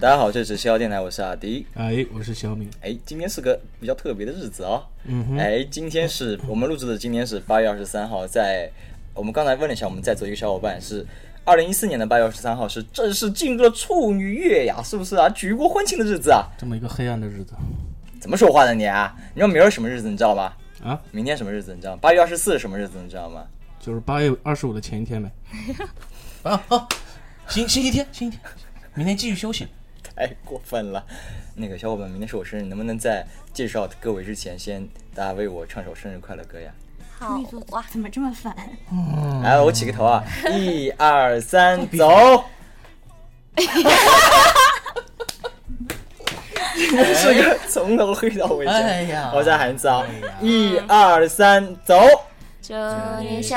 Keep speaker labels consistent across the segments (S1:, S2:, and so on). S1: 大家好，这里是逍遥电台，我是阿迪。
S2: 哎，我是小敏。
S1: 哎，今天是个比较特别的日子啊、
S2: 嗯哼，
S1: 哎，今天是我们录制的，今天是八月二十三号，在我们刚才问了一下我们在座一个小伙伴是。二零一四年的八月二十三号是正式进入了处女月呀，是不是啊？举国欢庆的日子啊！
S2: 这么一个黑暗的日子
S1: 怎么说话呢你啊？你知道明儿什么日子你知道吗？
S2: 啊，
S1: 明天什么日子你知道吗？八月二十四什么日子你知道吗？
S2: 就是八月二十五的前一天呗。 啊，好，星星期天，星期天，明天继续休息。
S1: 太过分了！那个小伙伴，明天是我生日，能不能在介绍各位之前，先大家为我唱首生日快乐歌呀？
S3: 好哇，怎么这么烦？
S1: 来，我起个头 啊！一二三，走！是个从头黑到尾声。
S2: 哎呀
S1: 我再喊一次啊！一二三，走！
S3: 祝你生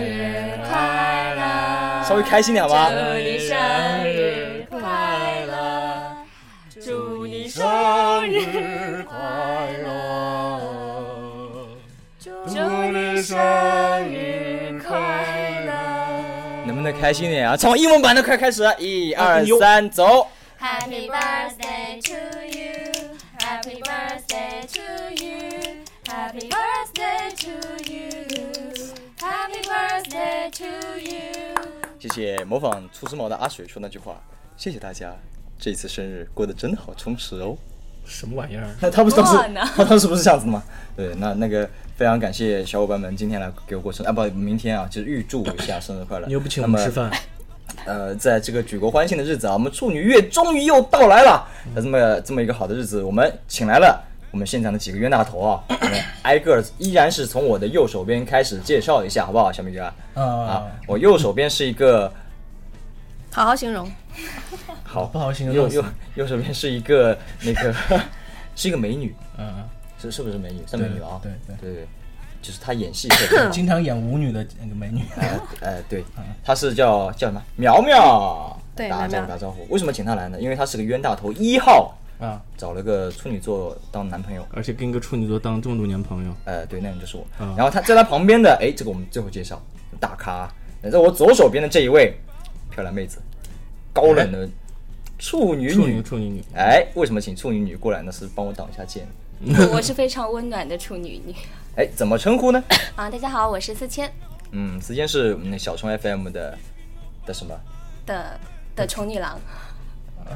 S3: 日快乐！
S1: 稍微开心点好吗？
S2: 哎
S3: 祝你生日快乐！祝你生日快乐！祝你生日快乐
S1: 能不能开心点啊？从英文版的快开始，啊一二三，走！
S3: ！Happy birthday to you! Happy birthday to you! Happy birthday to you! Happy birthday to you!
S1: 谢谢模仿初出茅的阿水说那句话，谢谢大家，这次生日过得真好充实哦。
S2: 什么玩意 儿？
S1: 那他不是当时
S3: 哇那
S1: 他当时不是这样子的吗？ 对，那那个非常感谢小伙伴们今天来给我过生日啊，不，明天啊，就是预祝一下生日快乐。
S2: 你又不请我们吃饭？
S1: 那么？呃，在这个举国欢庆的日子啊，我们处女月终于又到来了。
S2: 嗯
S1: 在这么这么一个好的日子，我们请来了我们现场的几个冤大头 啊，我们挨个儿依然是从我的右手边开始介绍一下，好不好，小米哥？啊
S2: 啊，，
S1: 我右手边是一 个
S4: 好好形容，
S1: 好
S2: 不好形容
S1: 右
S2: 弄死
S1: 右右手边是一个那个 是一个美女，
S2: 嗯，
S1: 是是不是美女？是美女啊？
S2: 对对。
S1: 对对，就是她演戏特别好
S2: 经常演舞女的那个美女。
S1: 哎 哎，对，她是叫叫什么？苗苗。
S4: 对
S1: 打
S4: 苗
S1: 招呼
S4: 苗
S1: 打招呼。为什么请她来呢？因为她是个冤大头一号，
S2: 啊，
S1: 找了个处女座当男朋友。
S2: 而且跟个处女座当这么多年朋友，
S1: 呃，对，那人就是我。
S2: 嗯
S1: 然后她在她旁边的，哎，这个我们最后介绍大咖。在我左手边的这一位，漂亮妹子，高冷的处女
S2: 哎处女
S1: 女。
S2: 处女女，
S1: 哎，为什么请处女女过来呢？是帮我挡一下箭。
S3: 我是非常温暖的处女女
S1: 哎，怎么称呼呢？
S3: 啊！大家好，我是四千
S1: 嗯，时间是嗯小冲 FM 的的什么
S3: 的的丑女郎，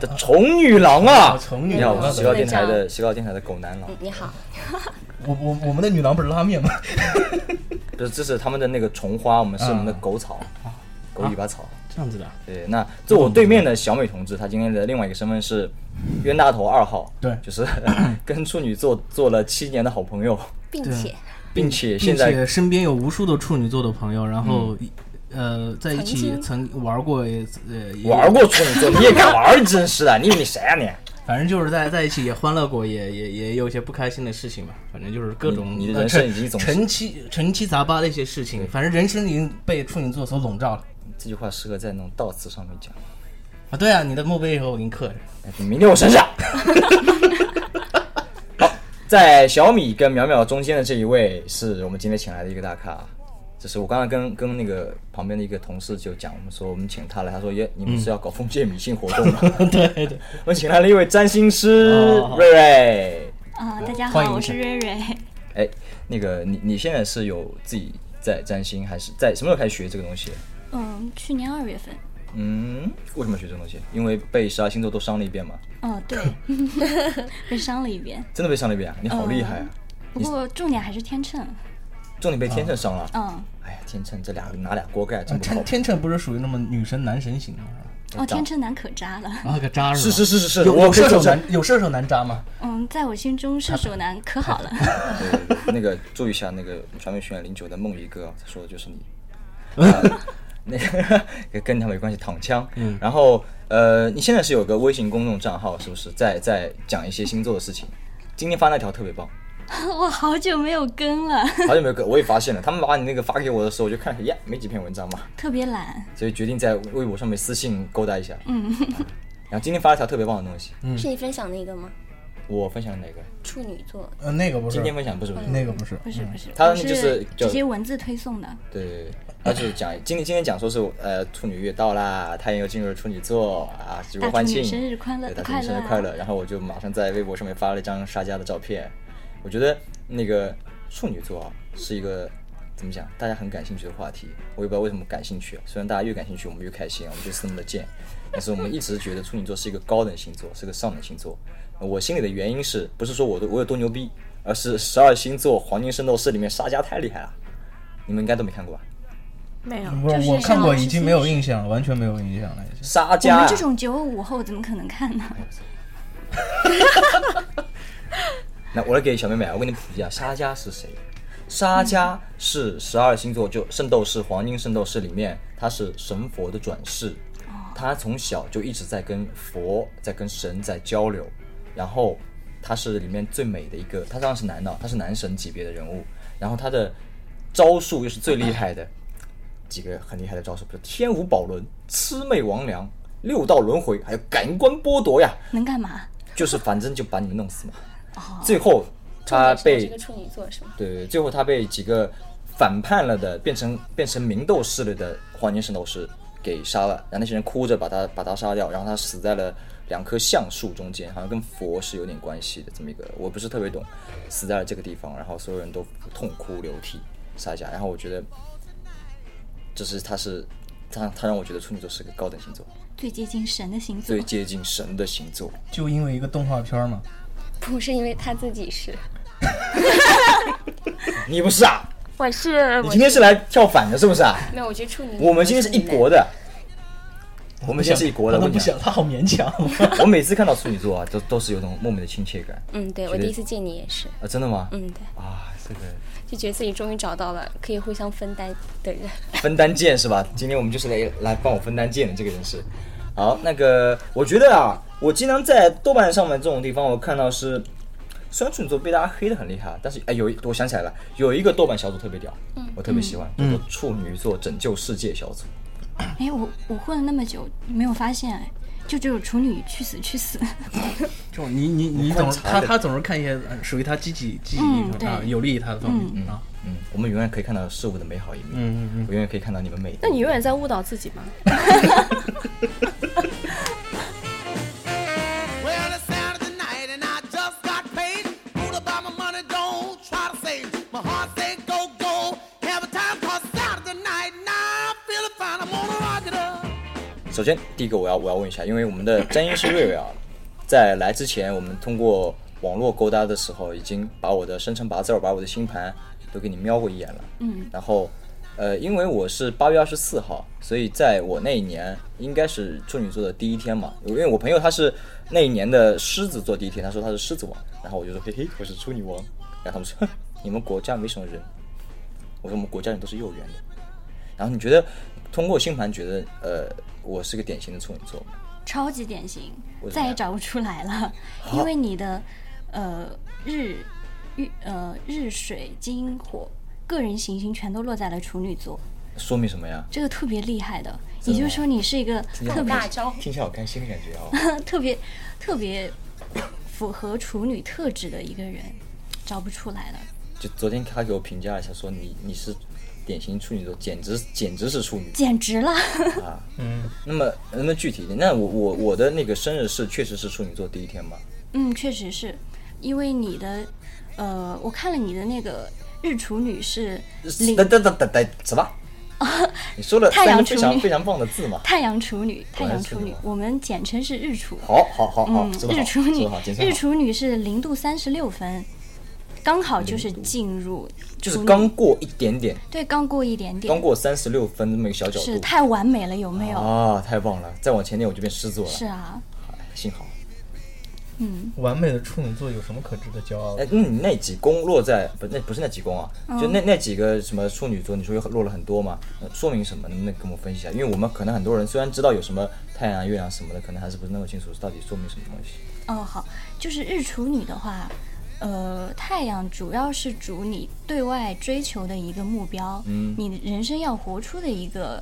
S1: 的宠女郎啊？
S2: 啊宠女
S1: 你好，
S2: 郎
S1: 我是西高电台的西高电台的狗男郎，
S3: 你好，
S2: 我我我们的女郎不是拉面 吗？
S1: 就是这是他们的那个虫花，我们是我们的
S2: 嗯
S1: 狗草，狗尾巴草。
S2: 这样子的啊，
S1: 对，那坐我对面的小美同志，她今天的另外一个身份是冤大头二号，
S2: 对
S1: 就是 跟处女座做了七年的好朋友，
S3: 并
S2: 对
S3: 且
S1: 并且
S2: 嗯并
S1: 现在嗯
S2: 且身边有无数的处女座的朋友，然后一呃在一起
S3: 曾经
S2: 曾玩过，也呃也
S1: 玩过处女座，你也敢玩？真是的，你以为你谁啊你？
S2: 反正就是在在一起也欢乐过，也也也有一些不开心的事情吧。反正就是各种
S1: 你你的
S2: 呃
S1: 人生
S2: 陈
S1: 已经总是
S2: 陈七陈七杂八的一些事情，反正人生已经被处女座所笼罩了
S1: 这句话适合在那种悼词上面讲。
S2: 啊！对啊，你的墓碑以后我给你刻着。
S1: 哎明天我生日。 好，在小米跟淼淼中间的这一位是我们今天请来的一个大咖，这是我刚刚跟跟那个旁边的一个同事就讲，我们说我们请他来，他说耶，你们是要搞封建迷信活动吗？
S2: 对对，
S1: 我们请来了一位占星师
S2: 哦
S1: 瑞瑞。
S5: 啊、
S3: 嗯
S5: 大家
S2: 欢迎
S5: 好，我是
S2: 你
S5: 瑞瑞。
S1: 哎，那个你你现在是有自己在占星，还是在什么时候开始学这个东西？
S5: 嗯，去年二月份，
S1: 嗯，为什么学这个东西？因为被十二星座都伤了一遍嘛，
S5: 嗯、对， 被伤了一遍。
S1: 真的被伤了一遍啊！你好厉害啊！
S2: 哦
S5: 不过重点还是天秤。
S1: 重点被天秤伤了。
S5: 嗯，
S1: 哎呀，天秤这俩拿俩锅盖啊真不靠
S2: 天
S1: 谱。
S2: 天秤不是属于那么女神男神型的吗？
S5: 哦，天秤男可渣了。
S2: 啊，可渣
S1: 是是
S2: 是吧。
S1: 是是是，
S2: 有
S1: 我
S2: 有射
S1: 跟
S2: 手
S1: 你说
S2: 男有射手男渣吗？
S5: 嗯，在我心中射手男可 好了。
S1: 对那个注意一下那个传媒学院零九的梦怡哥啊，他说的 就是你。啊那个 跟他没关系，躺枪。嗯，然后呃，你现在是有个微信公众账号，是不是？在在讲一些星座的事情。今天发那条特别 棒，
S5: 我好久没有更了，
S1: 好久没有更，我也发现了。他们把你那个发给我的时候，我就看了一下，呀，没几篇文章嘛，
S5: 特别懒。
S1: 所以决定在微博上啊面私信勾搭一下。嗯，然后今天发了条特别棒的东西，
S3: 是你分享那个吗？
S1: 我分享哪个？
S3: 处女座，
S6: 呃，那个不是
S1: 今，天分享不是不是？
S6: 那个不是，
S5: 不是不是，
S1: 嗯他
S5: 我
S1: 就是就
S5: 直接文字推送的，
S1: 对对对，他就是讲今天今天讲说是呃处女月到啦，太阳又进入处女座啊，举国
S5: 大
S1: 欢
S5: 处女
S1: 庆，
S5: 生日快乐
S1: 对，大处女生日
S5: 快
S1: 快
S5: 乐
S1: 乐。然后我就马上在微博上面发了一张沙家的照片，我觉得那个处女座啊是一个怎么讲，大家很感兴趣的话题，我也不知道为什么感兴趣，啊虽然大家越感兴趣我们越开心，我们就是那么的贱，但是我们一直觉得处女座是一个高等星座，是个上等星座。我心里的原因是不是说我多我有多牛逼，而是十二星座黄金圣斗士里面沙家太厉害了，你们应该都没看过吧？
S7: 没有，
S6: 不
S5: 就是
S6: 是我看过，已经没有
S5: 像
S6: 印象了，完全没有印象了，已经。
S1: 沙
S5: 我
S1: 家
S5: 们
S1: 啊
S5: 这种九五后怎么可能看 呢？
S1: 那我来给小妹妹啊，我给你普及一下，沙加是谁？沙
S5: 嗯
S1: 加是十二星座，就圣斗士、黄金圣斗士里面，他是神佛的转世，
S5: 哦
S1: 他从小就一直在跟佛、在跟神在交流，然后他是里面最美的一个，他当然是男的，他是男神级别的人物，然后他的招数又是最厉害的，几个很厉害的招数，比如天无宝轮、魑魅魍魉、六道轮回，还有感官剥夺呀，
S5: 能干嘛？
S1: 就是反正就把你们弄死嘛。最后他
S3: 重点哦是
S1: 被
S3: 这个处女座是吗？
S1: 对，最后他被几个反叛了的，变成变成明斗士了的黄金圣斗士给杀了，然后那些人哭着把他把他杀掉，然后他死在了两棵橡树中间，好像跟佛是有点关系的这么一个，我不是特别懂，死在了这个地方，然后所有人都痛哭流涕，沙加，然后我觉得这是他是他他让我觉得处女座是个高等星座，
S5: 最接近神的星座
S1: 最，接近神的星座。
S6: 就因为一个动画片嘛，
S3: 不是因为他自己是，
S1: 你不是啊？
S3: 我是
S1: 你今天是来跳反的，是不是啊？
S3: 没有，我觉得处女，
S1: 我们今天是一国的，我们今天是一国的。
S6: 他
S1: 我跟
S6: 都不
S1: 你
S6: 想，
S1: 讲，
S6: 他好勉强。
S1: 我每次看到处女座啊，都都是有种莫名的亲切感
S3: 嗯，对我
S1: 觉得
S3: 第一次见你也是，
S1: 啊！真的吗？
S3: 嗯，对，
S1: 啊，这个
S3: 就觉得自己终于找到了可以互相分担的人。
S1: 分担剑是吧？今天我们就是来来帮我分担剑的这个人是。好，那个我觉得啊，我经常在豆瓣上面这种地方，我看到是，虽然处女座被大家黑的很厉害，但是哎，有一我想起来了，有一个豆瓣小组特别屌，我特别喜欢，叫做“处女座拯救世界”小组。
S5: 哎，我我混了那么久没有发现，哎，就只有处女去死去死，
S6: 就你你你
S1: 观
S6: 总是
S1: 察
S6: 他
S1: 的
S6: 他总是看一些呃属于他积极积极
S5: 嗯
S6: 的地方啊
S5: 对
S6: 有利于他的方面啊。
S1: 嗯，我们永远可以看到事物的美好一面，
S6: 嗯嗯嗯
S1: 我永远可以看到你们美的一面。
S7: 那你永远在误导自己嘛。
S8: Well, it's Saturday night and I just got paid. Fool about my money, don't try to save. My heart say go, go. Have a time, cause Saturday night, now I'm feeling fine. I'm gonna rock it up.
S1: 首先，第一个我要我要问一下，因为我们的詹医师瑞瑞啊，在来之前，我们通过网络勾搭的时候，已经把我的生辰八字儿、把我的星盘都给你瞄过一眼了。嗯，然后，呃，因为我是八月二十四号，所以在我那一年应该是处女座的第一天嘛，因为我朋友他是那一年的狮子座第一天，他说他是狮子王，然后我就说嘿嘿，我是处女王，然后他们说哼，你们国家没什么人，我说我们国家人都是有缘的。然后你觉得通过星盘觉得，呃，我是个典型的处女座吗？
S5: 超级典型
S1: 为什么，呀
S5: 再也找不出来了，因为你的呃日日呃日水金火个人行星全都落在了处女座，
S1: 说明什么呀？
S5: 这个特别厉害的，
S1: 真的
S5: 也
S1: 吗
S5: 就是说你是一个
S1: 嗯
S5: 特别
S3: 大招，
S1: 听起来好开心的感觉哦。
S5: 特别特别符合处女特质的一个人，找不出来了。
S1: 就昨天他给我评价一下，说你你是典型处女座，简直简直是处女。
S5: 简直了！
S6: 嗯
S1: 那么那么具体一点，那我我我的那个生日是确实是处女座第一天嘛？
S5: 嗯，确实是，因为你的，呃，我看了你的那个日处女是零
S1: 等等等等等，什 么？你说了
S5: 太
S1: 三
S5: 阳
S1: 个非
S5: 处
S1: 常
S5: 女
S1: 非常棒的字嘛？
S5: 太阳处女，太
S1: 果然
S5: 阳
S1: 是
S5: 处
S1: 的
S5: 女
S1: 嘛，
S5: 我们简称是日处。
S1: 好，好，好，好，
S5: 嗯
S1: 知，道好，
S5: 日处
S1: 知
S5: 女
S1: 道好，简，称
S5: 日
S1: 好，
S5: 处女是零度三十六分，刚好就是进入处女，
S1: 就是刚过一点点，
S5: 对刚过一点点，
S1: 刚过三十六分这么一个小角
S5: 是
S1: 度。
S5: 太完美了，有没有？
S1: 啊，太棒了！再往前点我就变狮子座了，
S5: 是啊，
S1: 幸好。
S6: 完美的处女座有什么可值得骄傲
S1: 哎？，那你那几宫落在不那不是那几宫啊，
S5: 嗯
S1: 就那那几个什么处女座，你说有落了很多嘛？呃说明什么？能不能给我们分析一下？因为我们可能很多人虽然知道有什么太阳、啊月亮什么的，可能还是不是那么清楚到底说明什么东西。
S5: 哦，好，就是日处女的话，呃，太阳主要是主你对外追求的一个目标，
S1: 嗯
S5: 你人生要活出的一个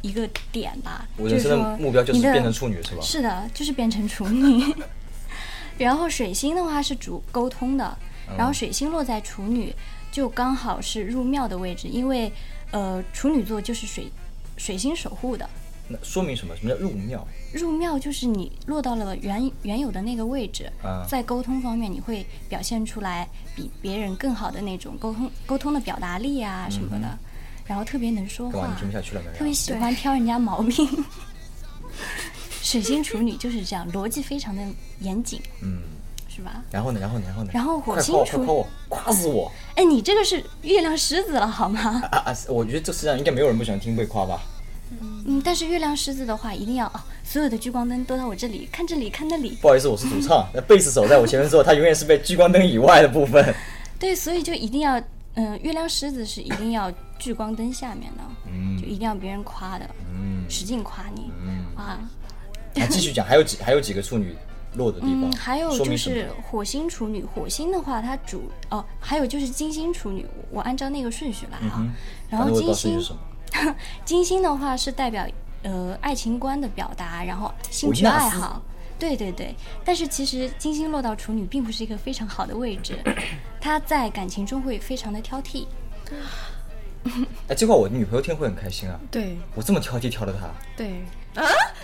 S5: 一个点吧。
S1: 我
S5: 就
S1: 人
S5: 是
S1: 生
S5: 说
S1: 的目标就是
S5: 你的
S1: 变成处女，是吧？
S5: 是的，就是变成处女。 然后水星的话是主沟通的，
S1: 嗯
S5: 然后水星落在处女，就刚好是入庙的位置，因为呃处女座就是水水星守护的，
S1: 那说明什么？什么叫入庙？
S5: 入庙就是你落到了原原有的那个位置，
S1: 啊
S5: 在沟通方面你会表现出来比别人更好的那种沟通沟通的表达力啊什么的，然后特别能说
S1: 干嘛？
S5: 话
S1: 你，听不下去了没啊
S5: 特别
S1: 有？
S5: 喜欢挑人家毛病。 水星处女就是这样，逻辑非常的严谨，
S1: 嗯，
S5: 是吧？
S1: 然后呢？然后呢？然后呢？
S5: 然后火
S1: 快
S5: 星
S1: 夸我，
S5: 处
S1: 快夸我，夸死我！
S5: 哎，你这个是月亮狮子了好吗？
S1: 啊啊！我觉得这世界上应该没有人不喜欢听被夸吧？
S5: 嗯，但是月亮狮子的话，一定要哦，所有的聚光灯都到我这里，看这里，看那里。
S1: 不好意思，我是主唱。那贝斯手在我前面之后，他永远是被聚光灯以外的部分。
S5: 对，所以就一定要，嗯、月亮狮子是一定要聚光灯下面的，
S1: 嗯
S5: 就一定要别人夸的，使劲夸你，
S1: 嗯
S5: 啊，
S1: 啊，继续讲，还有几还有几个处女落的地方，
S5: 嗯，还有
S1: 说
S5: 就
S1: 明什么
S5: 是火星处女，火星的话它主哦，还有就是金星处女，我按照那个顺序来
S1: 嗯
S5: 啊，
S1: 反
S5: 然后
S1: 正我知
S5: 金
S1: 道是
S5: 星
S1: 是什么。
S5: 金星的话是代表呃爱情观的表达，然后兴趣
S1: 维纳斯
S5: 爱好。对对对，但是其实金星落到处女并不是一个非常好的位 置，她在感情中会非常的挑剔。
S1: 哎，这块我女朋友听会很开心啊！
S7: 对
S1: 我这么挑剔挑的她，
S7: 对，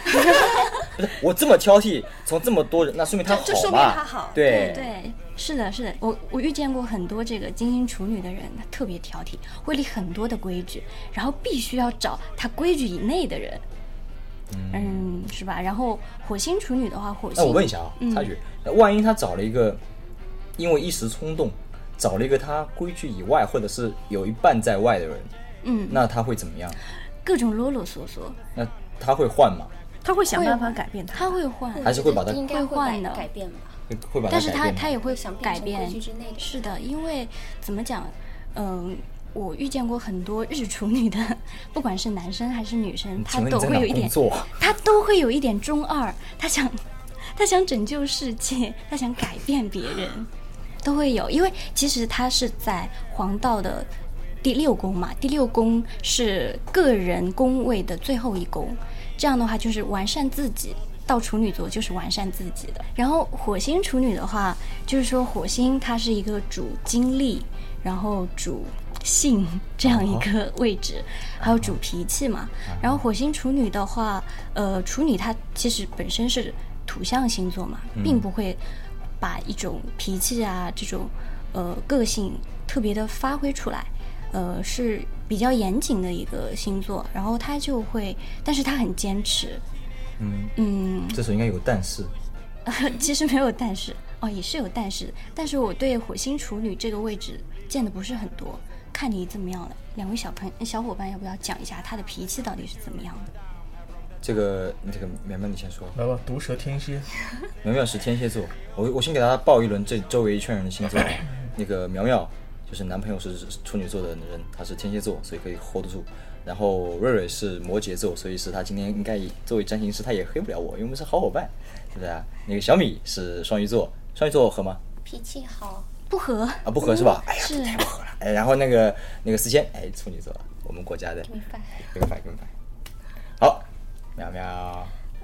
S1: 不是我这么挑剔，从这么多人，那说明她好嘛？
S7: 这这说明她好
S1: 对，
S5: 对，是的，是的，我我遇见过很多这个金星处女的人，她特别挑剔，会立很多的规矩，然后必须要找她规矩以内的人，嗯，是吧？然后火星处女的话，火
S1: 那
S5: 星，
S1: 我问一下啊，
S5: 嗯
S1: 插曲，那万一她找了一个，因为一时冲动，找了一个她规矩以外，或者是有一半在外的人，
S5: 嗯，
S1: 那她会怎么样？
S5: 各种啰啰嗦嗦，
S1: 那她会换吗？
S7: 他会想办法改变他。
S5: 她会换，
S1: 还是会把它
S3: 应该
S5: 会换
S3: 会
S5: 的
S3: 改改变吧？
S1: 会会把她
S5: 但是
S1: 改
S5: 他
S1: 变吗？
S5: 他也会
S3: 想变
S5: 改
S3: 成
S5: 变
S3: 规矩之内的
S5: 是的，因为怎么讲，嗯、我遇见过很多日处女的， 不管是男生还是女生，他
S1: 嗯请问你
S5: 都
S1: 在
S5: 会
S1: 哪
S5: 有一点
S1: 工，作？
S5: 他都会有一点中二，他想，他想拯救世界，他想改变别人，都会有，因为其实他是在黄道的。第六宫嘛，第六宫是个人宫位的最后一宫，这样的话就是完善自己。到处女座就是完善自己的，然后火星处女的话，就是说火星它是一个主精力，然后主性这样一个位置，还有主脾气嘛。然后火星处女的话，呃，处女它其实本身是土象星座嘛，并不会把一种脾气啊这种呃个性特别的发挥出来。呃，是比较严谨的一个星座，然后他就会，但是他很坚持，
S1: 嗯，
S5: 嗯，
S1: 这时候应该有个但是，
S5: 其实没有但是哦，也是有但是，但是我对火星处女这个位置见的不是很多，看你怎么样了。两位小朋小伙伴要不要讲一下他的脾气到底是怎么样的？
S1: 这个你这个苗苗你先说。
S2: 来吧，毒舌天蝎，
S1: 苗苗是天蝎座，我我先给大家报一轮这周围一圈人的 星座啊。那个苗苗就是男朋友是处女座的人，他是天蝎座，所以可以 hold 得住。然后瑞瑞是摩羯座，所以是他今天应该以作为占星师，他也黑不了我，因为我们是好伙伴，对不对啊？那个小米是双鱼座，双鱼座合吗？
S3: 脾气好，
S5: 不合，
S1: 啊，不合是吧？哎呀，
S5: 是
S1: 不合了。哎，然后那个那个思谦，哎，处女座，我们国家的，
S3: 明白？
S1: 跟拍跟拍。好，苗苗，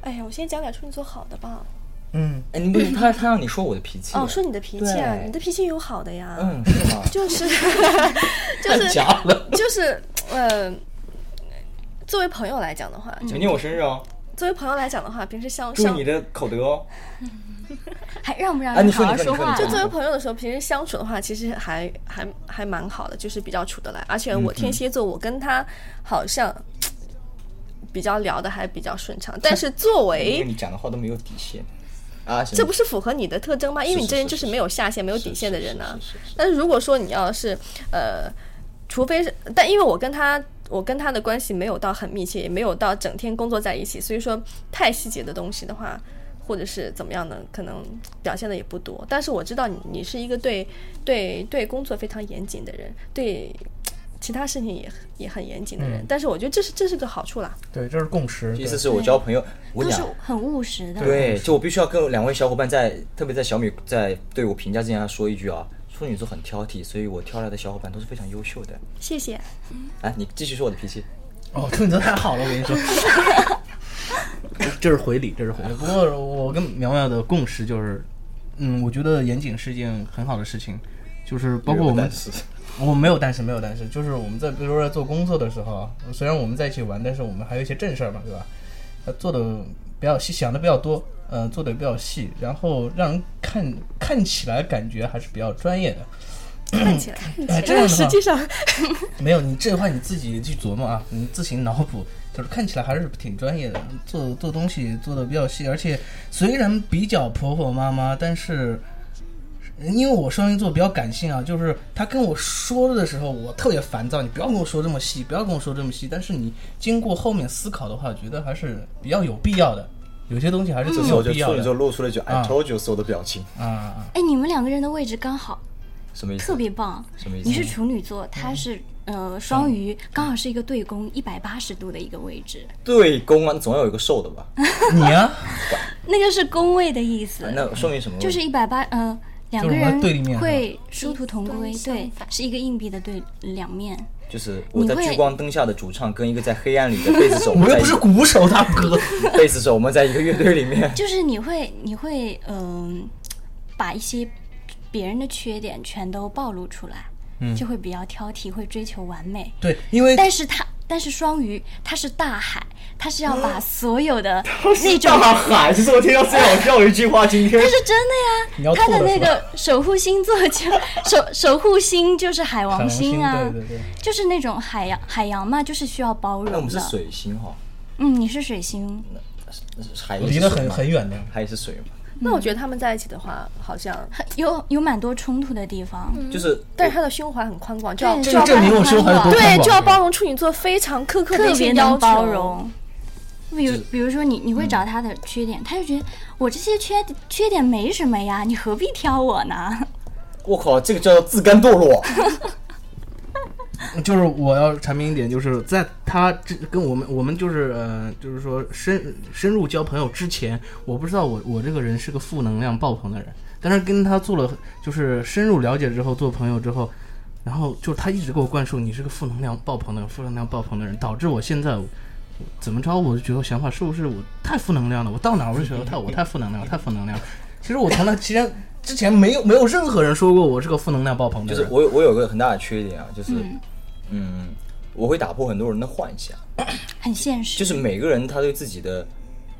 S7: 哎呀，我先讲点处女座好的吧。
S2: 嗯，
S1: 哎，你不是他他让你说我的脾气
S7: 哦，说你的脾气啊，
S1: 对
S7: 你的脾气有好的呀，
S1: 嗯，是吗？
S7: 就是 就
S6: 太
S7: 是
S6: 假了。
S7: 就是呃，作为朋友来讲的话，就
S1: 明天我生日哦，
S7: 作为朋友来嗯讲的话，平时相
S1: 注意
S7: 相
S1: 你的口德哦。
S5: 还让 不让
S1: 哎
S5: 人
S1: 你说
S5: 好好
S1: 你说
S5: 说
S1: 你说
S5: 话？
S1: 你说
S7: 就作为朋友的时候，平时相处的话，其实还还还蛮好的，就是比较处得来。而且我天蝎座，我跟他好像比较聊的还比较顺 畅。但是作
S1: 因为
S7: 为
S1: 你讲的话都没有底线啊，
S7: 这不是符合你的特征吗？因为你这人就是没有下限、没有
S1: 是
S7: 底线的人呢、啊
S1: 是是是是是
S7: 但是如果说你要是呃，除非是，但因为我跟他。我跟他的关系没有到很密切，也没有到整天工作在一起，所以说太细节的东西的话，或者是怎么样呢，可能表现的也不多。但是我知道你，你是一个对对对工作非常严谨的人，对其他事情也很也很严谨的人。
S2: 嗯
S7: 但是我觉得这是这是个好处啦。
S2: 对，这是共识。
S1: 意
S2: 对
S1: 思是我交朋友，我
S5: 都
S1: 讲
S5: 是很务实的。
S1: 对，就我必须要跟两位小伙伴在，特别在小米在对我评价之前要说一句啊，处女座很挑剔，所以我挑来的小伙伴都是非常优秀的。
S7: 谢谢。
S1: 哎，你继续说我的脾气，
S2: 哦，处女座太好了，我跟你说。
S6: 这是回礼，这是回礼。
S2: 不过我跟苗苗的共识就是，嗯，我觉得严谨是一件很好的事情，就是包括我
S1: 但
S2: 们
S1: 是
S2: 我没有但是没有但是，就是我们在比如说在做工作的时候，虽然我们在一起玩，但是我们还有一些正事儿嘛，对吧？呃，做的比较细，想的比较多，呃，做的比较细，然后让人看看起来感觉还是比较专业的。
S7: 看起来。
S2: 哎， 这样的
S7: 实
S2: 话
S7: 际上，
S2: 没有你这话你自己去琢磨啊，你自行脑补，就是看起来还是挺专业的，做做东西做的比较细，而且虽然比较婆婆妈妈，但是因为我双鱼座比较感性啊，就是他跟我说的时候，我特别烦躁，你不要跟我说这么细，不要跟我说这么细，但是你经过后面思考的话，觉得还是比较有必要的，有些东西还是
S1: 这
S2: 挺
S1: 时候
S2: 有
S1: 就
S2: 必
S1: 处
S2: 要
S1: 女座
S2: 的
S1: 露出了一句哎 “I
S2: 啊
S1: told you so” 的表情，
S2: 啊啊，
S5: 哎，你们两个人的位置刚好，
S1: 什么意思？
S5: 特别棒
S1: 什么意。思嗯
S5: 你是处女座，他是
S2: 嗯
S5: 呃双鱼，刚好是一个对攻一百八十度的一个位置，
S1: 对公啊，总要有一个瘦的吧？
S2: 你啊，
S5: 那个是宫位的意思，
S1: 那说明什么？
S5: 嗯就是一百八呃两
S2: 就
S5: 个
S2: 是我们
S5: 人
S2: 对立面是吧
S5: 会殊途同归，
S3: 一端
S5: 对
S3: 相反，
S5: 是一个硬币的对两面。
S1: 就是我在
S5: 你会
S1: 聚光灯下的主唱跟一个在黑暗里的贝斯手，
S2: 我又
S1: 在
S2: 不
S1: 一
S2: 是
S1: 个
S2: 鼓手大 哥，
S1: 贝斯手，我们在一个乐队里面。
S5: 就是你会你会嗯、把一些别人的缺点全都暴露出来，就会比较挑剔，会追求完美。
S2: 嗯对，因为
S5: 但是他但是双鱼他是大海，他是要
S2: 啊
S5: 把所有的那种。
S1: 大海，这是我听到最好笑的一句话。今天
S5: 但是真的
S2: 你
S5: 呀
S2: 要，
S5: 他
S2: 吐
S5: 的
S2: 了
S5: 那
S2: 是吧
S5: 个守护星座就 守守护星就是海
S2: 海
S5: 王
S2: 王
S5: 星啊，
S2: 对对对。
S5: 就是那种海洋海洋嘛，就是需要包容的。
S1: 那我们是水星哈，
S5: 嗯，你是水星，
S1: 海也是
S2: 离得
S1: 水
S2: 很
S1: 嘛
S2: 很，远的，
S1: 海也是水嘛。
S7: 那我觉得他们在一起的话，好像，
S5: 有有蛮多冲突的地方。
S3: 嗯
S1: 就是
S7: 但是他的胸怀很宽广，就要
S5: 对，
S7: 就
S5: 就
S7: 要
S5: 要
S2: 证明
S5: 把
S2: 我胸怀
S5: 宽
S2: 有多宽
S5: 广
S7: 对，
S2: 广
S7: 就要包容处女座非常苛刻的
S5: 特
S7: 一些
S5: 别
S7: 要
S5: 能
S7: 求
S5: 包。容。比如，比如说你，你会找他的缺
S1: 嗯
S5: 点，他就觉得我这些缺缺点没什么呀，你何必挑我呢？
S1: 我靠，这个叫自甘堕落。
S5: 嗯
S2: 就是我要阐明一点，就是在他这跟我们我们就是呃，就是说深深入交朋友之前，我不知道我我这个人是个负能量爆棚的人，但是跟他做了就是深入了解之后做朋友之后，然后就是他一直给我灌输你是个负能量爆棚的人，负能量爆棚的人，导致我现在我怎么着我就觉得想法是不是我太负能量了？我到哪儿我就觉得太我太负能量，太负能量。其实我从来其实之前没有没有任何人说过我是个负能量爆棚的
S1: 就
S2: 人，
S1: 是我有我有个很大的缺点啊，就是嗯，我会打破很多人的幻想。
S5: 很现实。
S1: 就是每个人他对自己的，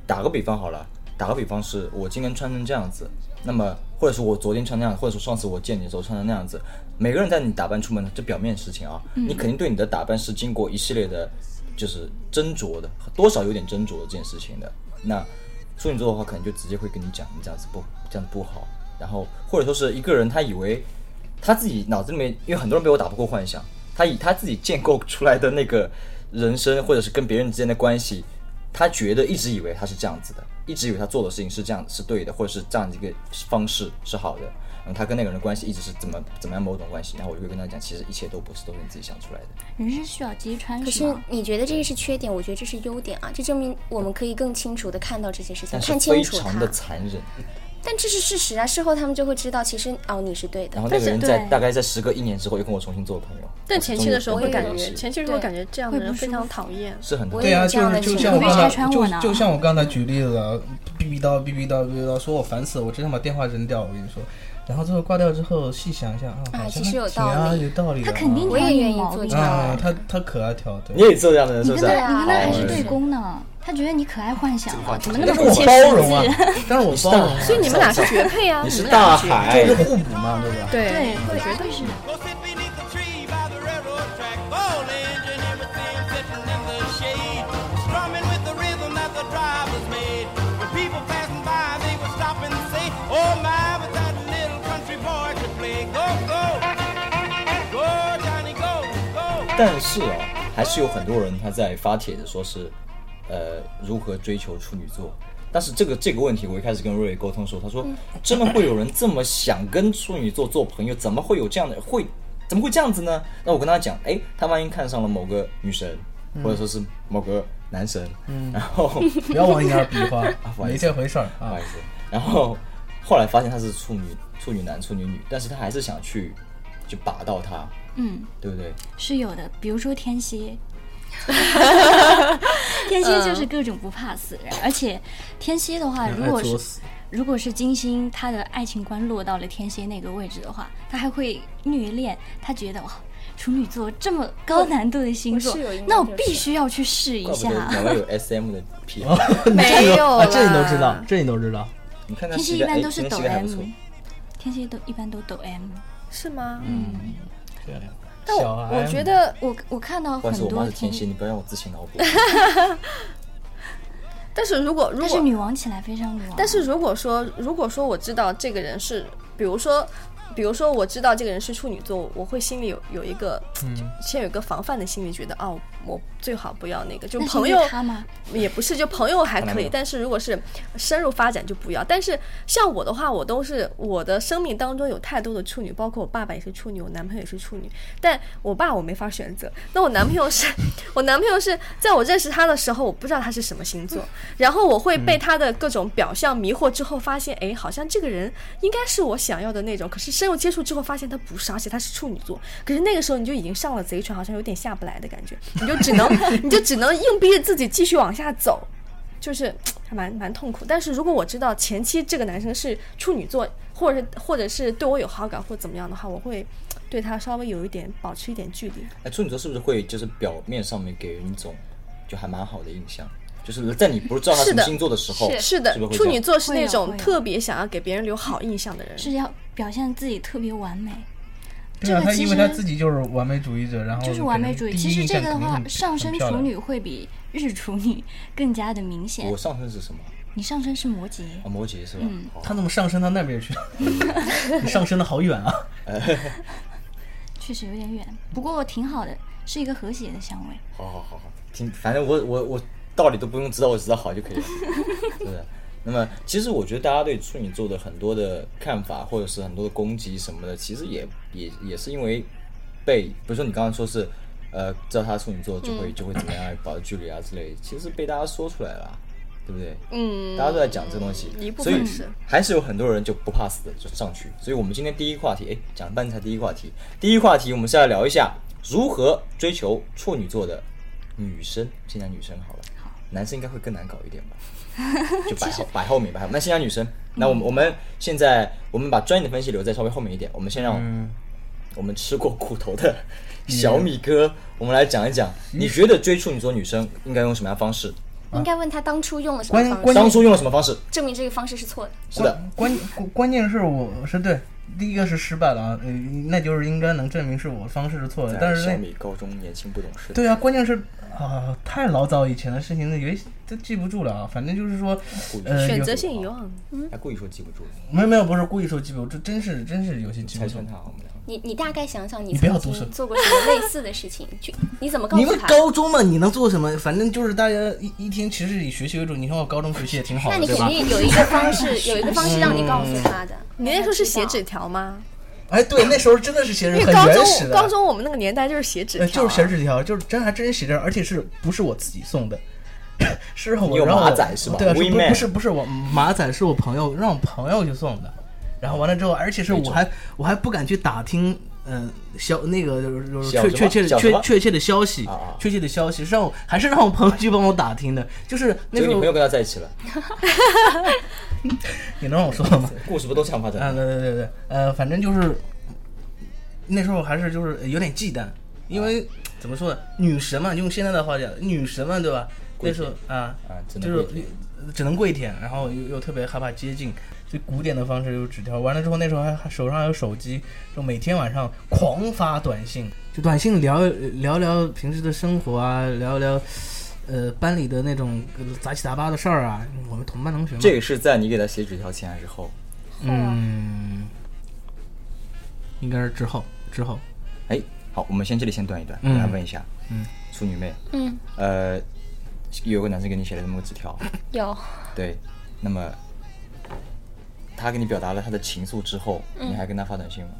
S1: 打个比方好了，打个比方是我今天穿成这样子，那么或者说我昨天穿那样，或者说上次我见你的时候穿成那样子，每个人在你打扮出门，这表面事情啊，你肯定对你的打扮是经过一系列的，就是斟酌的，多少有点斟酌的这件事情的。那处女座的话，可能就直接会跟你讲，你这样子不这样子不好，然后或者说是一个人他以为他自己脑子里面，因为很多人被我打不过幻想，他以他自己建构出来的那个人生，或者是跟别人之间的关系，他觉得一直以为他是这样子的，一直以为他做的事情是这样是对的，或者是这样的一个方式是好的。然后他跟那个人的关系一直是怎么怎么样某种关系，然后我就会跟他讲，其实一切都不是，都是你自己想出来的。
S5: 人是需要击穿
S3: 可
S5: 是
S3: 是
S5: 吗？
S3: 你觉得这个是缺点，我觉得这是优点啊，这证明我们可以更清楚的看到这些事情，
S1: 但
S3: 看
S1: 是
S3: 清
S1: 非
S3: 楚
S1: 常
S3: 它
S1: 的。残忍。
S3: 但这是事实啊，事后他们就会知道，其实哦你是对的
S1: 然。后那个人
S5: 但是
S1: 在
S5: 对
S1: 大概在时隔一年之后又跟我重新做朋友。
S7: 但
S1: 我是
S7: 前
S1: 终于
S7: 期的时候
S1: 懂
S7: 会
S1: 得
S7: 感
S1: 这件
S7: 觉，
S1: 事
S7: 前期的时候感觉这样的人非常讨厌。
S1: 是很
S3: 我
S1: 对
S3: 也
S2: 对啊，
S3: 有这
S2: 就
S3: 样的
S2: 是
S3: 情
S2: 就像我
S3: 况
S5: 你会拆
S2: 刚才
S5: 穿我呢
S2: 就就像我刚才举例子啊，逼逼叨逼逼叨逼逼叨，说我烦死了，我真想把电话扔掉，我跟你说。然后最后挂掉之后，细想一下啊，
S3: 啊
S2: 好像
S3: 其实有
S2: 挺
S3: 道
S2: 啊
S3: 理
S2: 有道理的啊。
S5: 他肯定
S3: 我也
S5: 挑你
S3: 愿意
S5: 毛
S3: 做
S5: 病
S3: 这样
S2: 啊，他他可爱挑，
S1: 你
S2: 对。
S1: 也这样的人是哎
S5: 你
S1: 不
S5: 跟
S1: 是？
S5: 他，你跟他还
S1: 好
S5: 是对
S1: 人
S5: 攻呢，他觉得你可爱幻想了，怎么那
S2: 但
S5: 么
S2: 是
S5: 不
S2: 我
S5: 切
S2: 包
S5: 实
S2: 容啊
S5: 际？，
S2: 但是我包容啊，
S7: 所以你们俩是绝配啊！
S1: 你
S7: 你
S1: 是
S7: 们
S1: 大
S7: 俩是绝配。
S1: 海
S2: 这，是互补嘛，对吧？
S7: 对
S5: 对，我觉得是。
S8: Go sit beneath the tree by the railroad track, bowling and everything sitting in the shade, strumming with the rhythm that the drivers made. When people passing by, they would stop and say, Oh my, but that little country boy could play. Go, go, go, Johnny, go, go.
S1: 但是啊，还是有很多人他在发帖子说是，呃，如何追求处女座。但是这个这个问题，我一开始跟瑞瑞沟通的时候，他
S5: 嗯
S1: 说，真的会有人这么想跟处女座做朋友？怎么会有这样的会？怎么会这样子呢？那我跟他讲，哎，他万一看上了某个女神，
S5: 嗯
S1: 或者说是某个男神，然后
S2: 不要往你那儿比划
S1: 不，好意思
S2: 没这回事儿
S1: 不
S2: 啊
S1: 好意。思。然后后来发现他是处女、处女男、处女女，但是他还是想去去把到他，
S5: 嗯，
S1: 对不对？
S5: 是有的，比如说 天蝎。
S1: 嗯
S5: 哎天蝎就是各种不怕死，而且天蝎的话，如果
S2: 爱作
S5: 是
S2: 死
S5: 如果是金星他的爱情观落到了天蝎那个位置的话，他还会虐恋，他觉得哇。处女座这么高难度的星座，
S3: 我室友应该
S5: 那我
S3: 就是
S5: 必须要去试一
S1: 怪不得
S5: 下。
S1: 两位有 SM 的癖好。
S2: 哦你这
S7: 没
S2: 你都
S7: 有
S2: 啊，这你都
S7: 啦
S2: 知道，这你都知道。
S1: 你看他
S5: 天蝎
S1: 膝
S5: 一
S1: 盖，哎
S5: 般都是
S1: 今天
S5: 抖
S1: 膝盖还不
S5: M，
S1: 错。
S5: 天蝎都一般都抖 M。
S7: 是吗？
S2: 对
S7: 但
S2: 小
S7: 我
S2: 癌
S7: 我觉得，
S5: 我我看到
S1: 但
S5: 很
S1: 是我妈
S5: 多
S1: 是天
S5: 天
S1: 蝎，
S5: 蝎，
S1: 你不要让我自行脑补。
S7: 但是如果如
S5: 但是
S7: 果
S5: 女王起来非常女王。啊
S7: 但是如果说，如果说我知道这个人是，比如说，比如说我知道这个人是处女座，我会心里有有一个，先有一个防范的心理，觉得哦，我最好不要那个，就
S5: 那是
S7: 朋
S5: 因
S7: 友
S5: 为他吗？
S7: 也不是，就朋友还
S1: 看
S7: 可
S1: 来没
S7: 以
S1: 有，
S7: 但是如果是深入发展就不要。但是像我的话，我都是我的生命当中有太多的处女，包括我爸爸也是处女，我男朋友也是处女。但我爸我没法选择，那我男朋友是， 我男朋友是在我认识他的时候，我不知道他是什么星座，然后我会被他的各种表象迷惑之后，发现哎，好像这个人应该是我想要的那种。可是深入接触之后，发现他不是，而且他是处女座。可是那个时候你就已经上了贼船，好像有点下不来的感觉，你就只能 你就只能硬逼着自己继续往下走。就是嘖还蛮蛮痛苦。但是如果我知道前期这个男生是处女座，或者是或者是对我有好感或怎么样的话，我会嘖对他稍微有一点保持一点距离。
S1: 哎，处女座是不是会就是表面上面给人一种就还蛮好的印象？就是在你不知道他
S7: 是
S1: 什么
S7: 的
S1: 星座的时候，
S7: 是的
S1: 是不，是会
S7: 处
S1: 哦这样
S7: 女座是
S5: 会
S7: 那
S5: 有会啊
S7: 种
S5: 有
S7: 特别想要给别人留好印象的人。
S5: 是要表现自己特别完美，
S9: 对啊，
S5: 这个
S9: 他
S5: 其
S9: 因为他
S5: 实
S9: 自己就是完美主义者，然后
S5: 就是完美主义。
S9: 可能
S5: 其
S9: 第一
S5: 实
S9: 印
S5: 这
S9: 象
S5: 个的
S9: 肯定
S5: 话，
S9: 很
S5: 上升
S9: 很漂
S5: 处
S9: 亮
S5: 女会比日处女更加的明显
S1: 我。上升是什么？
S5: 你上升是摩羯，
S1: 啊，摩羯是吧？好
S2: 他怎么上升到那边去了？你上升的好远啊！
S5: 确实有点远，不过挺好的，是一个和谐的相位。
S1: 好好好好，听，反正我我我道理都不用知道，我知道好就可以了，是的。那么，其实我觉得大家对处女座的很多的看法，或者是很多的攻击什么的，其实也也也是因为被，比如说你刚刚说是，呃，知道他是处女座就会、就会怎么样保持距离啊之类的，其实被大家说出来了，啊对不对？
S7: 嗯，
S1: 大家都在讲这东西，
S7: 一部
S1: 所以
S7: 分是
S1: 还是有很多人就不怕死的就上去。所以我们今天第一话题，哎，讲了半天才第一话题，第一话题我们是要聊一下如何追求处女座的女生，先讲女生好了，男生应该会更难搞一点 吧，就摆后摆后面摆后面。那先讲女生，那我们、我们现在我们把专业的分析留在稍微后面一点，我们先让我们吃过苦头的小米哥，我们来讲一讲，你觉得追处女座女生应该用什么样的方式？
S3: 应该问他当初用了什么
S9: 关
S3: 方式，
S9: 关
S1: 当初用了什么方式？
S3: 证明这个方式是错的。
S1: 是的，
S9: 关关关键是我是对，第一个是失败了啊，呃那就是应该能证明是我方式是错的，但是
S1: 小
S9: 那
S1: 米呃高中年轻不懂事，
S9: 对啊，关键是啊，太老早以前的事情了，也都记不住了啊。反正就是说，呃，
S7: 选
S9: 有
S7: 择性遗
S2: 啊
S7: 忘。
S1: 他故意说记不住，
S9: 没有没有，不是故意说记不住，这真是真是有些记不
S1: 拆
S9: 住
S1: 穿。他我们俩。
S3: 你你大概想想，你
S9: 你不要
S3: 曾
S9: 读
S3: 经
S9: 书
S3: 做过什么类似的事情？就你怎么告
S2: 你
S3: 诉
S2: 们
S3: 他？
S2: 高中嘛，你能做什么？反正就是大家一一天其实以学习为主。你看我高中学习也挺好
S3: 那
S2: 的，
S3: 你
S2: 对
S3: 肯
S2: 吧？
S3: 定有一个方式，有一个方式让你告诉他的。
S7: 你那时候是写纸条吗？
S2: 哎，对，那时候真的是写
S7: 因
S2: 人
S7: 为
S2: 很
S7: 高
S2: 原
S7: 中
S2: 始的，
S7: 高中我们那个年代就是写纸条
S2: 呃
S7: 啊，
S2: 就是写纸条，就是真还真写着，而且是不是我自己送的？
S9: 是让
S1: 你
S9: 我
S1: 有
S9: 让我
S1: 马仔是吧
S9: 对啊，是
S1: Wee
S9: 不
S1: Man
S9: 不是不是我
S2: 马仔是我朋友让我朋友去送的，然后完了之后，而且是我还我还不敢去打听，嗯、消那个就是就是
S1: 小
S2: 确
S1: 什么
S2: 确切
S1: 小
S2: 的
S1: 什么
S2: 确确切的消息
S1: 啊啊，
S2: 确切的消息是让我还是让我朋友去帮我打听的，就是那
S1: 结
S2: 时
S1: 果你
S2: 候
S1: 朋友跟他在一起了，
S9: 你能让我说吗？
S1: 故事不都这样发
S9: 啊，
S1: 展？
S9: 对对对对，呃，反正就是那时候还是就是有点忌惮，因为
S2: 啊
S9: 怎么说呢，女神嘛，用现在的话讲，女神嘛，对吧？
S1: 跪
S9: 那
S1: 舔
S9: 时候啊
S1: 啊只能
S9: 就
S1: 跪
S9: 是
S1: 舔
S9: 只能跪舔，然后又又特别害怕接近，最古典的方式就是纸条。完了之后，那时候还还手上还有手机，就每天晚上狂发短信，
S2: 就短信聊聊聊平时的生活啊，聊聊呃班里的那种呃杂七杂八的事儿啊，我们同班同学嘛。
S1: 这个是在你给他写纸条前还是后？
S2: 嗯，应该是之后之后，
S1: 哎，好，我们先这里先断一断，
S2: 嗯
S1: 我来问一下，嗯，处女妹，
S3: 嗯，
S1: 呃，有个男生给你写了这么个纸条，
S3: 有，
S1: 对，那么他给你表达了他的情愫之后，你还跟他发短信吗？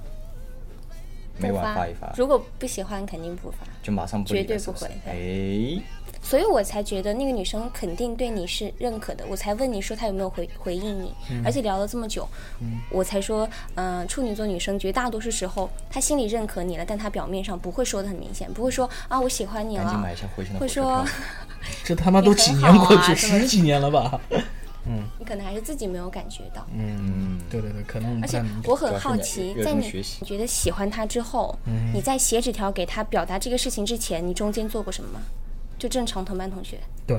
S1: 每
S3: 嗯不
S1: 晚
S3: 发
S1: 啊发一发，
S3: 如果不喜欢，肯定不发。
S1: 就马上不理了
S3: 绝对
S1: 是是
S3: 不会
S1: 哎，
S3: 所以我才觉得那个女生肯定对你是认可的，我才问你说她有没有回回应你，
S1: 嗯
S3: 而且聊了这么久，我才说，嗯、处女座女生绝大多数时候她心里认可你了，但她表面上不会说的很明显，不会说啊我喜欢你
S1: 赶紧
S3: 了
S1: 买一，下回程的
S3: 会
S1: 火车
S3: 说
S1: 票。
S2: 这他妈都
S3: 也
S2: 几
S3: 很
S2: 年
S3: 好
S2: 过
S3: 啊
S2: 去，
S3: 这 么
S2: 十几年了吧？嗯
S3: 你可能还是自己没有感觉到。
S2: 嗯，对对对，可能我们不
S3: 而且
S2: 太明白
S3: 我
S1: 主
S3: 很
S1: 要是
S3: 好
S1: 你
S3: 奇
S1: 热，
S3: 在
S1: 衷
S3: 你
S1: 学习嗯
S3: 觉得喜欢他之后，你在写纸条给他表达这个事情之前，你中间做过什么吗？就正常同班同学，
S2: 对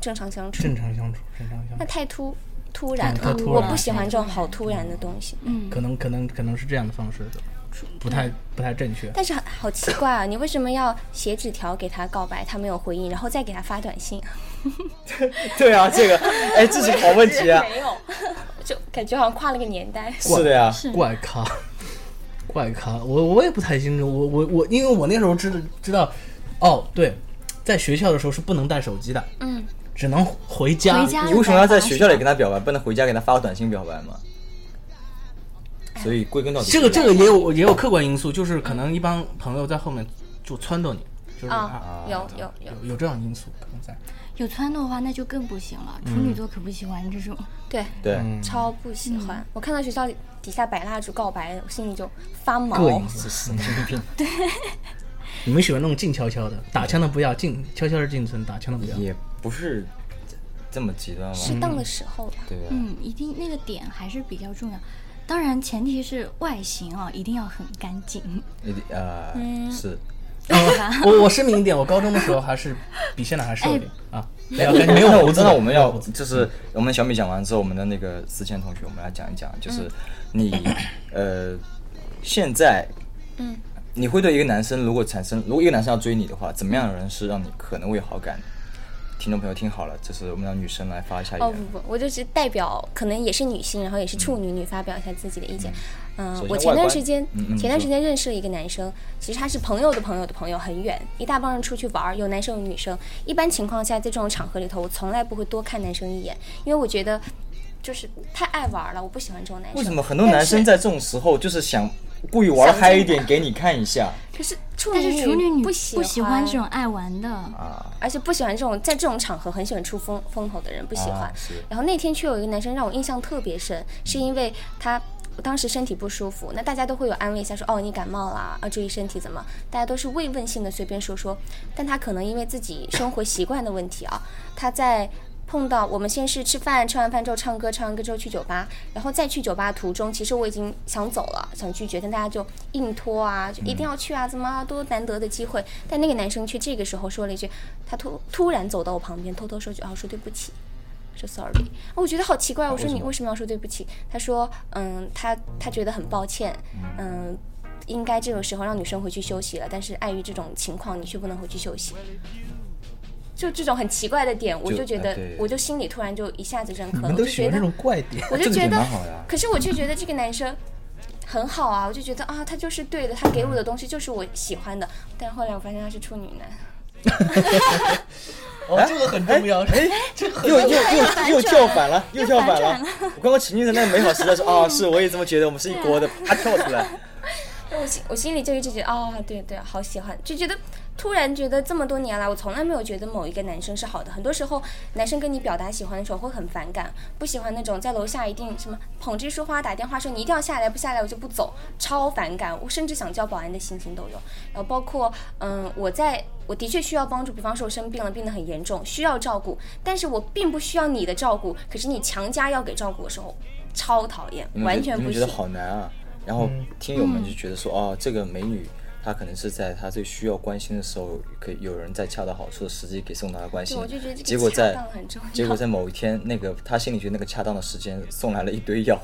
S3: 正常相处
S2: 正。常相处，正常相
S3: 那
S2: 处，
S3: 太突突
S2: 嗯
S3: 然
S2: 太
S3: 了，
S2: 突
S3: 我
S2: 然
S3: 不
S2: 了嗯
S3: 喜欢这种好突然的东西。
S2: 可能可能可能是这样的方式，不太
S3: 嗯
S2: 不太正确。
S3: 但是好好奇怪啊，你为什么要写纸条给他告白，他没有回应，然后再给他发短信？啊
S1: 对啊，这个，哎，这是好问题啊。
S3: 没有，就感觉好像跨了个年代。
S1: 是的呀，
S2: 怪咖， 怪咖，我我也不太清楚，我我我，因为我那时候知道知道，哦对，在学校的时候是不能带手机的，
S3: 嗯，
S2: 只能回家。
S5: 回家
S1: 你为什么要在学校里跟他表白，不能回家给他发个短信表白吗？所以归根到底，
S2: 这个这个也有也有客观因素，就是可能一帮朋友在后面就撺掇你，就是啊，
S3: 啊，有有有，
S2: 有有这样因素可能在。
S5: 有撺掇的话，那就更不行了。处女
S9: 嗯
S5: 座可不喜欢这种，
S3: 对，
S1: 对，
S2: 嗯
S3: 超不喜欢。我看到学校里底下摆蜡烛告白，我心里就发
S2: 膈
S3: 毛
S5: 哦
S2: 应。是神经病。对，你们喜欢那种静悄悄的，打枪的不要，静悄悄的静存，打枪的不要。
S1: 也不是这这么极端吧？
S3: 适当的时候吧，
S1: 对吧？
S5: 嗯，一定那个点还是比较重要。当然，前提是外形啊、一定要很干净。
S1: 一定呃，是
S2: 啊我我声明一点，我高中的时候还是比现在还瘦一点
S5: 哎
S2: 啊，没有没有
S1: 那
S2: 胡
S1: 我
S2: 子
S1: 知
S2: 的，
S1: 道我们要
S2: 没有胡子
S1: 就是我们小米讲完之后，我们的那个思谦同学，我们来讲一讲，就是你呃现在
S3: 嗯，
S1: 你会对一个男生如果产生，如果一个男生要追你的话，怎么样的人是让你可能会有好感的？听众朋友听好了，就是我们让女生来发一下
S3: 哦
S1: 言。
S3: 不不，我就是代表可能也是女性，然后也是处女女发表一下自己的意见。嗯、
S1: 首先
S3: 我前
S1: 外
S3: 段
S1: 观
S3: 时间
S1: 嗯嗯
S3: 前段
S1: 你说
S3: 时间认识了一个男生，其实他是朋友的朋友的朋友，很远，一大帮人出去玩儿，有男生有女生。一般情况下，在这种场合里头，我从来不会多看男生一眼，因为我觉得就是太爱玩儿了，我不喜欢这种男生。
S1: 为什么很多男生
S3: 但
S1: 在这种时候就是想故意玩的嗨一点给你看一下
S3: 是？可是处
S5: 但
S3: 女
S5: 是处女女
S3: 不
S5: 不喜欢这种爱玩的，
S1: 啊？
S3: 而且不喜欢这种在这种场合很喜欢出风风头的人，不喜欢。
S1: 啊是
S3: 然后那天却有一个男生让我印象特别深，是因为他。我当时身体不舒服，那大家都会有安慰一下说，哦，你感冒啦，要注意身体怎么？大家都是慰问性的随便说说，但他可能因为自己生活习惯的问题啊，他在碰到我们先是吃饭，吃完饭之后唱歌，唱完歌之后去酒吧，然后再去酒吧途中，其实我已经想走了，想拒绝，但大家就硬拖啊，就一定要去啊，怎么啊多难得的机会。但那个男生却这个时候说了一句，他突突然走到我旁边，偷偷说句啊，我说对不起。说 sorry，啊我觉得好奇怪，我说你为什么要说对不起？他说，嗯，他他觉得很抱歉，嗯，应该这个时候让女生回去休息了，但是碍于这种情况，你却不能回去休息。就这种很奇怪的点，我
S1: 就
S3: 就觉
S1: 哎
S3: 得
S1: 对，
S3: 我就心里突然就一下子认可
S2: 你
S3: 了，
S2: 们
S3: 我
S2: 都
S3: 就
S2: 喜
S3: 觉
S2: 欢这
S3: 得
S2: 种，怪点。
S3: 我就
S1: 这个
S3: 觉
S1: 点
S3: 得
S1: 蛮好的啊，
S3: 可是我却觉得这个男生很好啊，我就觉得啊，他就是对的，他给我的东西就是我喜欢的，但后来我发现他是处女男。
S9: 哦，这个很重要。
S1: 哎，又又又又跳反了，又跳反了！ 我刚刚沉浸在那个美好时代说，啊，是我也这么觉得，我们是一国的，啪跳出来。
S3: 我心我心里就一直觉得啊、对对，好喜欢，就觉得突然觉得这么多年来，我从来没有觉得某一个男生是好的。很多时候，男生跟你表达喜欢的时候会很反感，不喜欢那种在楼下一定什么捧着一束花打电话说你一定要下来，不下来我就不走，超反感。我甚至想叫保安的心情都有。然后包括嗯，我在我的确需要帮助，比方说我生病了，病得很严重，需要照顾，但是我并不需要你的照顾，可是你强加要给照顾的时候，超讨厌，
S1: 你们
S3: 完
S1: 觉
S3: 全
S1: 嗯你
S3: 不嗯
S1: 们觉
S3: 行
S1: 得。好难啊。然后听友们就觉得说，哦，这个美女她可能是在她最需要关心的时候，可以有人在恰到好处的时机给送到她关心
S3: 对我就觉得这。个
S1: 结果在
S3: 恰当很重要
S1: 结果在某一天，那个她心里觉得那个恰当的时间送来了一堆 药，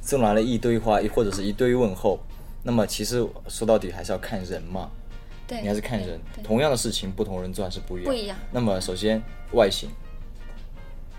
S1: 送来了一堆花，或者是一堆问候。那么其实说到底还是要看人嘛。
S3: 对，
S1: 你还是看人
S3: 哎对，对
S1: 同样的事情，不同人做还是不一样。
S3: 不一样
S1: 那么首先外形，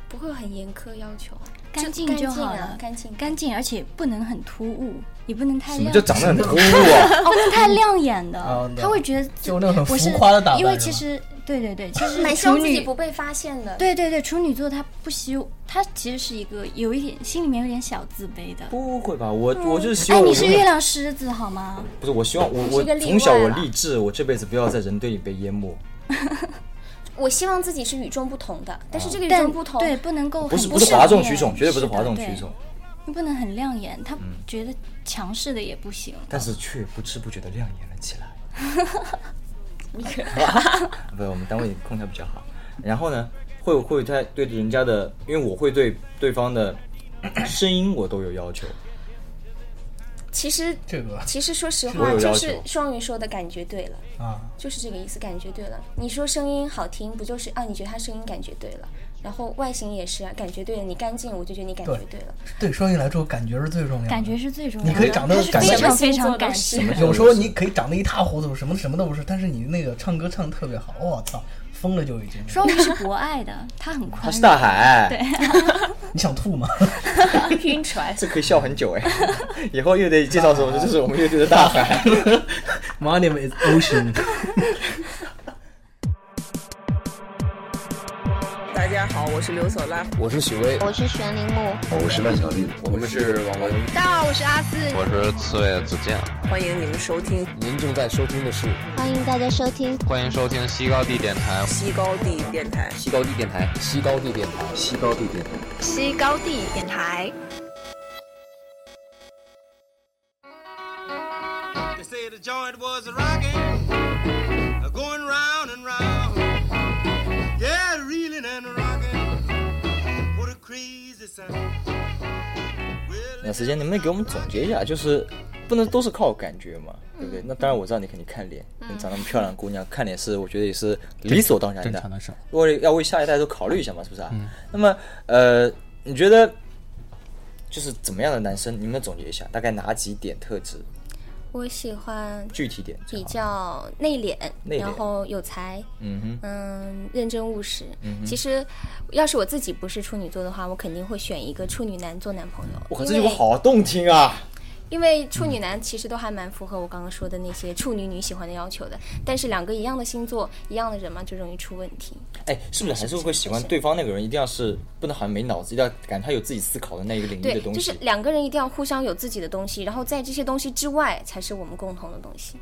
S3: 不会很严苛要求啊，
S5: 干净
S3: 干
S5: 就好
S3: 啊
S5: 了，
S3: 干净
S5: 干净，而且不能很突兀，也不能太
S1: 什么
S5: 亮，
S1: 叫
S5: 不
S1: 长得很哦突兀 啊？
S5: 能太亮眼
S9: 啊
S5: 的，
S9: 对
S5: 他会觉得自
S9: 就那种很
S5: 我是
S9: 浮夸的打扮
S5: 因为
S9: 是
S5: 其
S9: 吧
S5: 实对对对，其实
S3: 蛮希
S5: 处
S3: 望自己
S5: 女
S3: 不被发现的。，
S5: 对对对，处女座他不希，他其实是一个有一点心里面有点小自卑的。
S1: 不会吧？我我就是希
S5: 哎，
S1: 望我
S5: 你是
S1: 永远
S5: 月亮狮子好吗？
S1: 不是我希望我
S3: 你
S1: 我
S3: 是个例
S1: 从小
S3: 外
S1: 我
S3: 了
S1: 立志，我这辈子不要在人堆里被淹没。
S3: 我希望自己是与众不同的，但是这个与
S5: 但
S3: 众不同，
S5: 哦对，，不能够
S1: 不是
S5: 很
S1: 不是
S5: 正
S1: 哗众
S5: 面
S1: 取宠，绝对不
S5: 是
S1: 是哗众
S5: 的
S1: 取。宠嗯
S5: 对，你不能很亮眼，他觉得强势的也不行。
S1: 但是却不知不觉的亮眼了起来。不是我们单位空调比较好。然后呢，会会在对人家的，因为我会对对方的声音我都有要求，
S3: 其实
S9: 这个
S3: 其实说实
S1: 我
S3: 话，
S1: 有要
S3: 就
S1: 求
S3: 是双鱼说的感觉对了，
S9: 啊，
S3: 就是这个意思，感觉对了。你说声音好听，不就是啊？你觉得他声音感觉对了，然后外形也是啊，感觉对了。你干净，我就觉得你感觉对了。
S9: 对双鱼来说，感觉是最重要的。
S5: 感觉是最重要
S9: 你
S5: 的。
S9: 可以长得
S5: 他是
S9: 感觉
S5: 非常
S3: 什么
S5: 非
S3: 星座
S5: 常
S3: 都
S5: 感
S3: 是
S5: 性的，
S9: 有时候你可以长得一塌糊涂，什么什么都不是，但是你那个唱歌唱得特别好，我操，疯了就已经。
S5: 双鱼是博爱的，他很宽
S1: 他
S5: 容。
S1: 是大海，对，
S9: 你想吐 吗？
S7: 晕船。
S1: 这可以笑很久哎。 以后乐队介绍什么，这是我们乐队的大海。
S2: My name is Ocean。
S10: 大家好，我是刘索拉，
S11: 我是玄铃木，
S10: 欢迎你们收听
S11: 欢迎大家收听。
S10: 西高地电台。
S7: 西高地电台，
S8: They say the joint was a rocking, going round and round. Yeah, reeling and rocking. What a crazy sound. Well,
S1: 那时间能不能给我们总结一下？就是不能都是靠感觉嘛，对不对？那当然我知道你肯定看脸，你长那么漂亮的姑娘看脸是我觉得也是理所当然
S6: 正
S1: 的
S6: 常，的事儿。
S1: 为要为下一代都考虑一下嘛，是不是啊？那么呃，你觉得就是怎么样的男生？你们总结一下，大概哪几点特质？
S3: 我喜欢
S1: 具体点最
S3: 比
S1: 好
S3: 较内敛，
S1: 内敛
S3: 然后有才，
S1: 嗯
S3: 嗯，认真务实。其实，要是我自己不是处女座的话，我肯定会选一个处女男做男朋友。
S1: 哼，哇，
S3: 因
S1: 这句
S3: 为
S1: 话好嗯动听啊！
S3: 因为处女男其实都还蛮符合我刚刚说的那些处女女喜欢的要求的，但是两个一样的星座、一样的人嘛，就容易出问题。
S1: 哎，是不是还是会喜欢对方那个人？一定要是不能好像没脑子，一定要感觉他有自己思考的那一个领域
S3: 对
S1: 的，东
S3: 就
S1: 西
S3: 是。两个人一定要互相有自己的东西，然后在这些东西之外，才是我们共同的东西。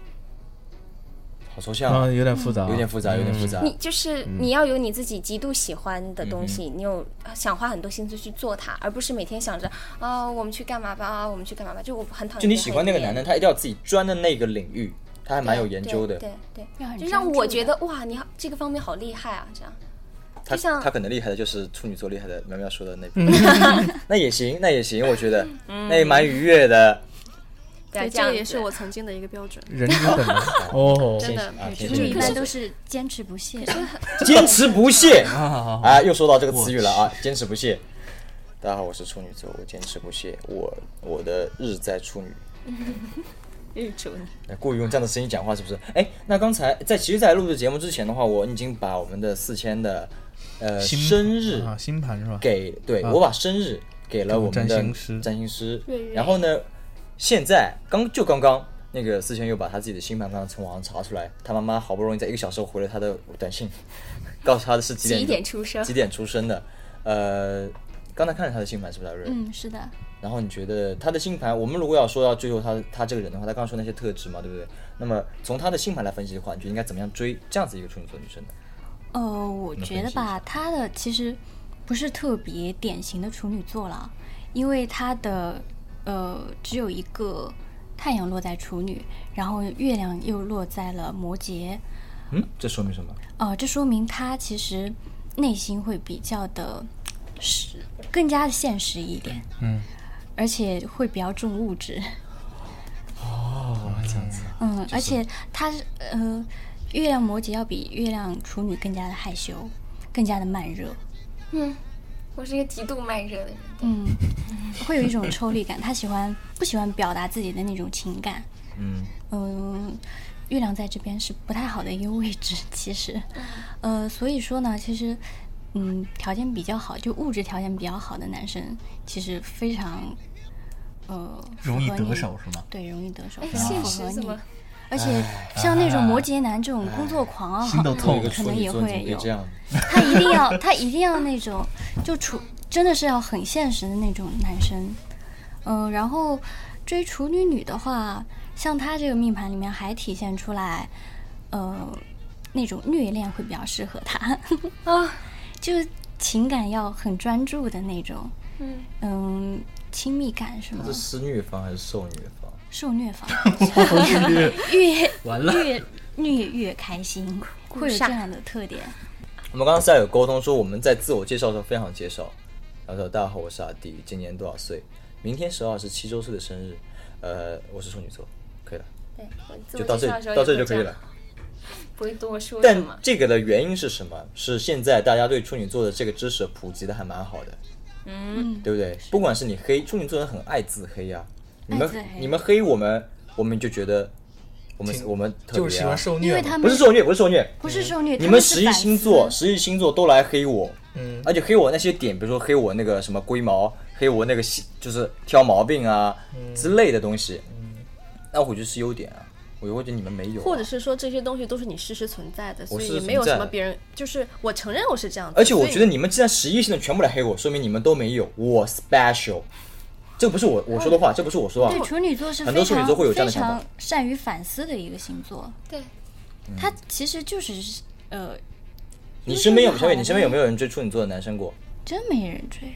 S1: 好抽象啊，
S2: 哎
S6: 有点复杂
S1: 有点复杂，有点复杂。
S3: 嗯你就是
S1: 嗯
S3: 你要有你自己极度喜欢的东西，你有想花很多心思去做它，而不是每天想着啊、我们去干嘛吧，啊，我们去干嘛吧。就我很讨厌
S1: 就你喜欢那个男
S3: 人
S1: 的，他一定要自己钻的那个领域，他还蛮有研究的
S3: 对。对
S5: 要很
S3: 对，就让
S5: 专注
S3: 我
S5: 的
S3: 觉得哇，你好这个方面好厉害啊，这样。
S1: 他
S3: 就像
S1: 他可能厉害的就是处女座厉害的苗苗说的那部分， 那也行，那也行，我觉得
S3: 嗯
S1: 那也蛮愉悦的。
S3: 不要
S7: 对，
S3: 这
S7: 这
S3: 样
S7: 个也
S3: 子
S7: 是我曾经的一个标准，
S6: 人均 等的哦，
S7: 真的。
S1: 啊，
S5: 处女一
S1: 天
S5: 般
S1: 蝎
S5: 都是坚持不懈的，
S1: 坚持不懈
S6: 好好
S1: 啊，又说到这个词语了啊，坚持不懈。大家好，我是处女座，我坚持不懈，我我的日在处女。
S3: 日主
S1: 哎故意用这样的声音讲话是不是？哎，那刚才在其实，在录制节目之前的话，我已经把我们的四千的呃
S9: 星
S1: 生日
S9: 啊，星盘是吧？
S1: 给对、我把生日啊给了我们的
S9: 占星师
S1: 占星师
S3: 瑞瑞
S1: 然后呢，现在刚就刚刚那个思谦又把他自己的星盘刚刚从网上查出来，他妈妈好不容易在一个小时后回了他的短信， 告诉他的是几点
S3: 几点出生
S1: 几点出生的，呃。刚才看了他的星盘是不是啊瑞瑞？
S5: 嗯，是的，
S1: 然后你觉得他的星盘，我们如果要说要追求他他这个人的话，他刚刚说那些特质嘛，对不对？那么从他的星盘来分析的话，你觉得应该怎么样追这样子一个处女座女生呢？
S5: 呃，我
S1: 那
S5: 觉
S1: 分
S5: 得
S1: 析一
S5: 吧，他的其实不是特别典型的处女座啦，因为他的呃只有一个太阳落在处女，然后月亮又落在了摩羯，
S1: 嗯，这说明什么？
S5: 呃，这说明他其实内心会比较的是更加的现实一点，嗯，而且会比较重物质。哦，这样子。嗯，而且他是呃，月亮摩羯要比月亮处女更加的害羞，更加的慢热，
S3: 嗯我是一个极度慢热的人，
S5: 嗯，会有一种抽离感。他喜欢不喜欢表达自己的那种情感？
S1: 嗯，
S5: 嗯，月亮在这边是不太好的一个位置，其实，
S3: 嗯
S5: 呃，所以说呢，其实，嗯，条件比较好，就物质条件比较好的男生，其实非常，呃，
S9: 容易
S5: 符合你
S9: 得手是吗？哎
S5: 对，容易得手，
S3: 哎
S5: 非常
S3: 现
S5: 符合
S3: 实怎
S5: 你
S3: 么。
S5: 而且像那种摩羯男这种工作狂啊，
S9: 心都痛
S1: 一个
S5: 可
S1: 处
S5: 能
S1: 女
S5: 也
S1: 座你怎
S5: 会
S1: 么可以
S5: 有。
S1: 这样？
S5: 他一定要，他一定要那种，就处真的是要很现实的那种男生。嗯、然后追处女女的话，像他这个命盘里面还体现出来，呃，那种虐恋会比较适合他 啊，就是情感要很专注的那种，嗯亲密感什么
S1: 这是施虐方还是受虐方？
S5: 受 虐方，越越越虐越开心，会有这样的特点。
S1: 我们刚刚赛有沟通说我们在自我介绍的时候非常介绍，然后说大家好，我是阿迪，今年多少岁？明天十二是七周岁的生日，呃，我是处女座，可以了，
S3: 对，我自
S1: 就
S3: 我
S1: 到
S3: 介
S1: 这
S3: 绍的时候
S1: 到
S3: 也
S1: 这
S3: 会
S1: 就可以
S3: 样
S1: 了。，
S3: 不会多说什
S1: 但
S3: 么。
S1: 这个的原因是什么？是现在大家对处女座的这个知识普及的还蛮好的，
S3: 嗯，
S1: 对不对？不管是你黑处女座人很爱自黑啊，你们
S5: 爱自黑
S1: 你们黑我们，我们就觉得我们我们特别啊
S9: 就是喜欢受
S5: 因
S9: 虐
S5: 为
S9: 嘛。
S5: 他们
S1: 不是受虐，不是受虐，
S5: 不是受虐，
S1: 你
S5: 他们
S1: 们
S5: 是
S1: 十一
S5: 反
S1: 星
S5: 思
S1: 座，十一星座都来黑我，
S9: 嗯，
S1: 而且黑我那些点，比如说黑我那个什么龟毛，黑我那个细就是挑毛病啊、之类的东西，那我觉得是优点啊，我会觉得你们没有啊、
S7: 或者是说这些东西都是你事实存在的，所
S1: 我
S7: 以
S1: 事实
S7: 也没有
S1: 存在
S7: 什么
S1: 的
S7: 别人，就是我承认我是这样子。
S1: 而且我
S7: 所以
S1: 觉得你们既然十一星座全部来黑我，说明你们都没有我 special，这不是我我说的话，这不是我说啊，
S5: 对，处女座是
S1: 很
S5: 非
S1: 多处女
S5: 常
S1: 座会有这样
S5: 非
S1: 的想法
S5: 常善于反思的一个星座。
S3: 对，
S1: 嗯
S5: 他其实就是呃，
S1: 你身边有
S5: 就是
S1: 小
S5: 好
S1: 美，
S5: 的
S1: 你身边有没有人追处女座的男生过？
S5: 真没人追。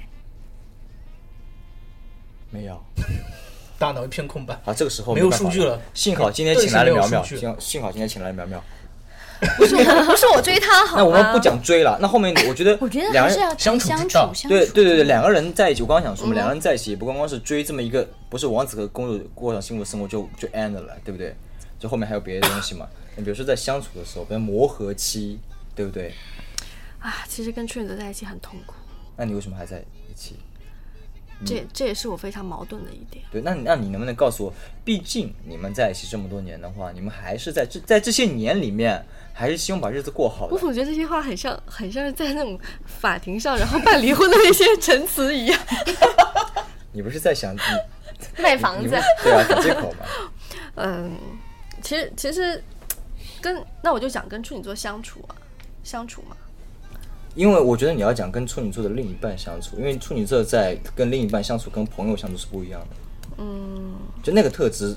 S1: 没有
S9: 大脑一片空白。
S1: 啊，这个时候
S9: 没有
S1: 办法
S9: 数据了
S1: 幸好今天
S9: 顿时
S1: 请来了
S9: 没有
S1: 苗苗，
S9: 数据
S1: 幸好幸好今天请来了苗苗。
S7: 不是我，不是我追 他好吗？
S1: 那我们不讲追了，那后面我觉得
S5: 我觉得
S1: 两
S5: 还
S1: 人
S5: 是要
S9: 相
S5: 相
S9: 处
S5: 相
S9: 之道
S5: 处，
S1: 对对对对，
S5: 之
S1: 两个人在一起，我刚刚想说
S7: 嗯
S1: 嘛，两个人在一起也不光光是追这么一个，不是王子和公主过上幸福的生活就就 end 了，对不对？就后面还有别的东西嘛，你比如说在相处的时候，比如磨合期，对不对？
S7: 啊，其实跟处女座在一起很痛苦，
S1: 那你为什么还在一起？嗯
S7: 这这也是我非常矛盾的一点。
S1: 对，那你那你能不能告诉我，毕竟你们在一起这么多年的话，你们还是在这在这些年里面，还是希望把日子过好
S7: 我
S1: 的。
S7: 总觉得这句话很像，很像是在那种法庭上，然后办离婚的那些陈词一样。
S1: 你不是在想你
S3: 卖
S1: 你
S3: 房
S1: 你
S3: 子
S1: 不，对啊，找借口 嘛。
S7: 嗯，其实其实跟那我就想跟处女座相处啊，相处嘛。
S1: 因为我觉得你要讲跟处女座的另一半相处，因为处女座在跟另一半相处跟朋友相处是不一样的。嗯，就那个特质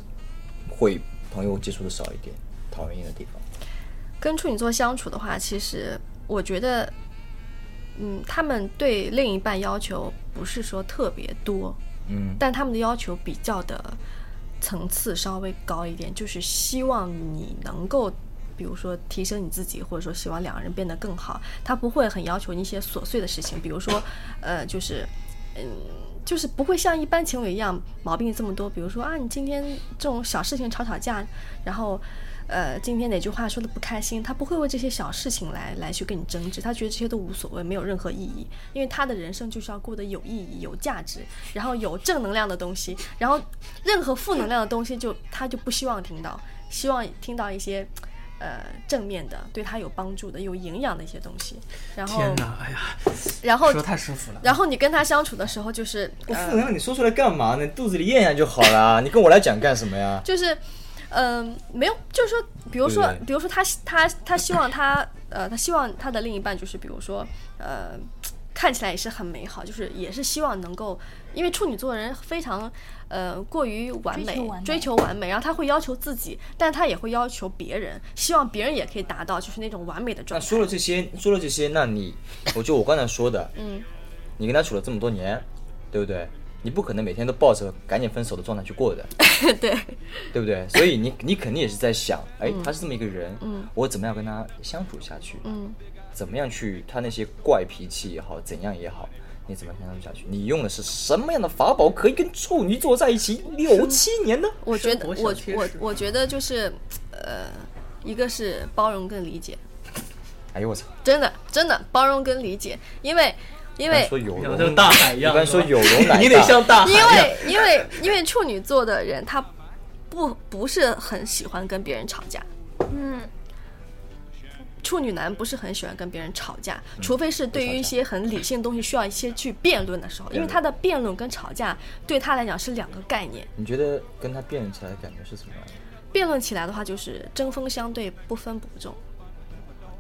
S1: 会朋友接触的少一点，讨人厌的地方。
S7: 跟处女座相处的话，其实我觉得，嗯，他们对另一半要求不是说特别多，
S1: 嗯，
S7: 但他们的要求比较的层次稍微高一点，就是希望你能够，比如说提升你自己，或者说希望两个人变得更好。他不会很要求你一些琐碎的事情，比如说，呃，就是，嗯。就是不会像一般情侣一样毛病这么多，比如说啊，你今天这种小事情吵吵架，然后，呃，今天哪句话说的不开心，他不会为这些小事情来来去跟你争执，他觉得这些都无所谓，没有任何意义，因为他的人生就是要过得有意义、有价值，然后有正能量的东西，然后任何负能量的东西就他就不希望听到，希望听到一些。呃，正面的，对他有帮助的、有营养的一些东西，然后，
S2: 天哪，哎呀，
S7: 然
S9: 哦
S7: 后
S2: 说，太舒服了。
S7: 然后你跟他相处的时候，就是
S1: 我
S7: 呃
S1: 负能量你说出来干嘛呢？肚子里咽下就好了，你跟我来讲干什么呀？
S7: 就是，嗯、没有，就是说，比如说
S1: 对，
S7: 比如说他他他希望他呃，他希望他的另一半就是，比如说呃，看起来也是很美好，就是也是希望能够，因为处女座的人非常呃过于完
S5: 追
S7: 美
S5: 求完，美
S7: 追求完美，然后他会要求自己，但他也会要求别人，希望别人也可以达到就是那种完美的
S1: 那
S7: 状态。
S1: 说了这些，说了这些，那你，我就我刚才说的，
S7: 嗯，
S1: 你跟他处了这么多年，对不对？你不可能每天都抱着赶紧分手的状态去过的，
S7: 对，
S1: 对不对？所以你你肯定也是在想，哎，他是这么一个人，我怎么样跟他相处下去？
S7: 嗯，
S1: 怎么样去他那些怪脾气也好，怎样也好，你怎么样相处下去？你用的是什么样的法宝可以跟处女座在一起六七年呢？
S7: 我觉得
S9: 生活小
S7: 我
S9: 贴
S7: 我
S9: 士
S7: 我觉得就是呃，一个是包容跟理解，
S1: 哎呦我操！
S7: 真的真的包容跟理解，因为因
S1: 一
S7: 为
S1: 般说有
S9: 像
S1: 容
S9: 像大海一样
S1: 一般说
S9: 是吧
S1: 有容乃 大，
S9: 你得像 大海一
S7: 因
S9: 样，
S7: 为因为因为处女座的人他不不是很喜欢跟别人吵架，
S3: 嗯，
S7: 处女男不是很喜欢跟别人吵架，除非是对于一些很理性的东西需要一些去辩论的时候，因为他的辩论跟吵架对他来讲是两个概念。
S1: 你觉得跟他辩论起来的感觉是什么样的？
S7: 辩论起来的话，就是针锋相对，不分不重。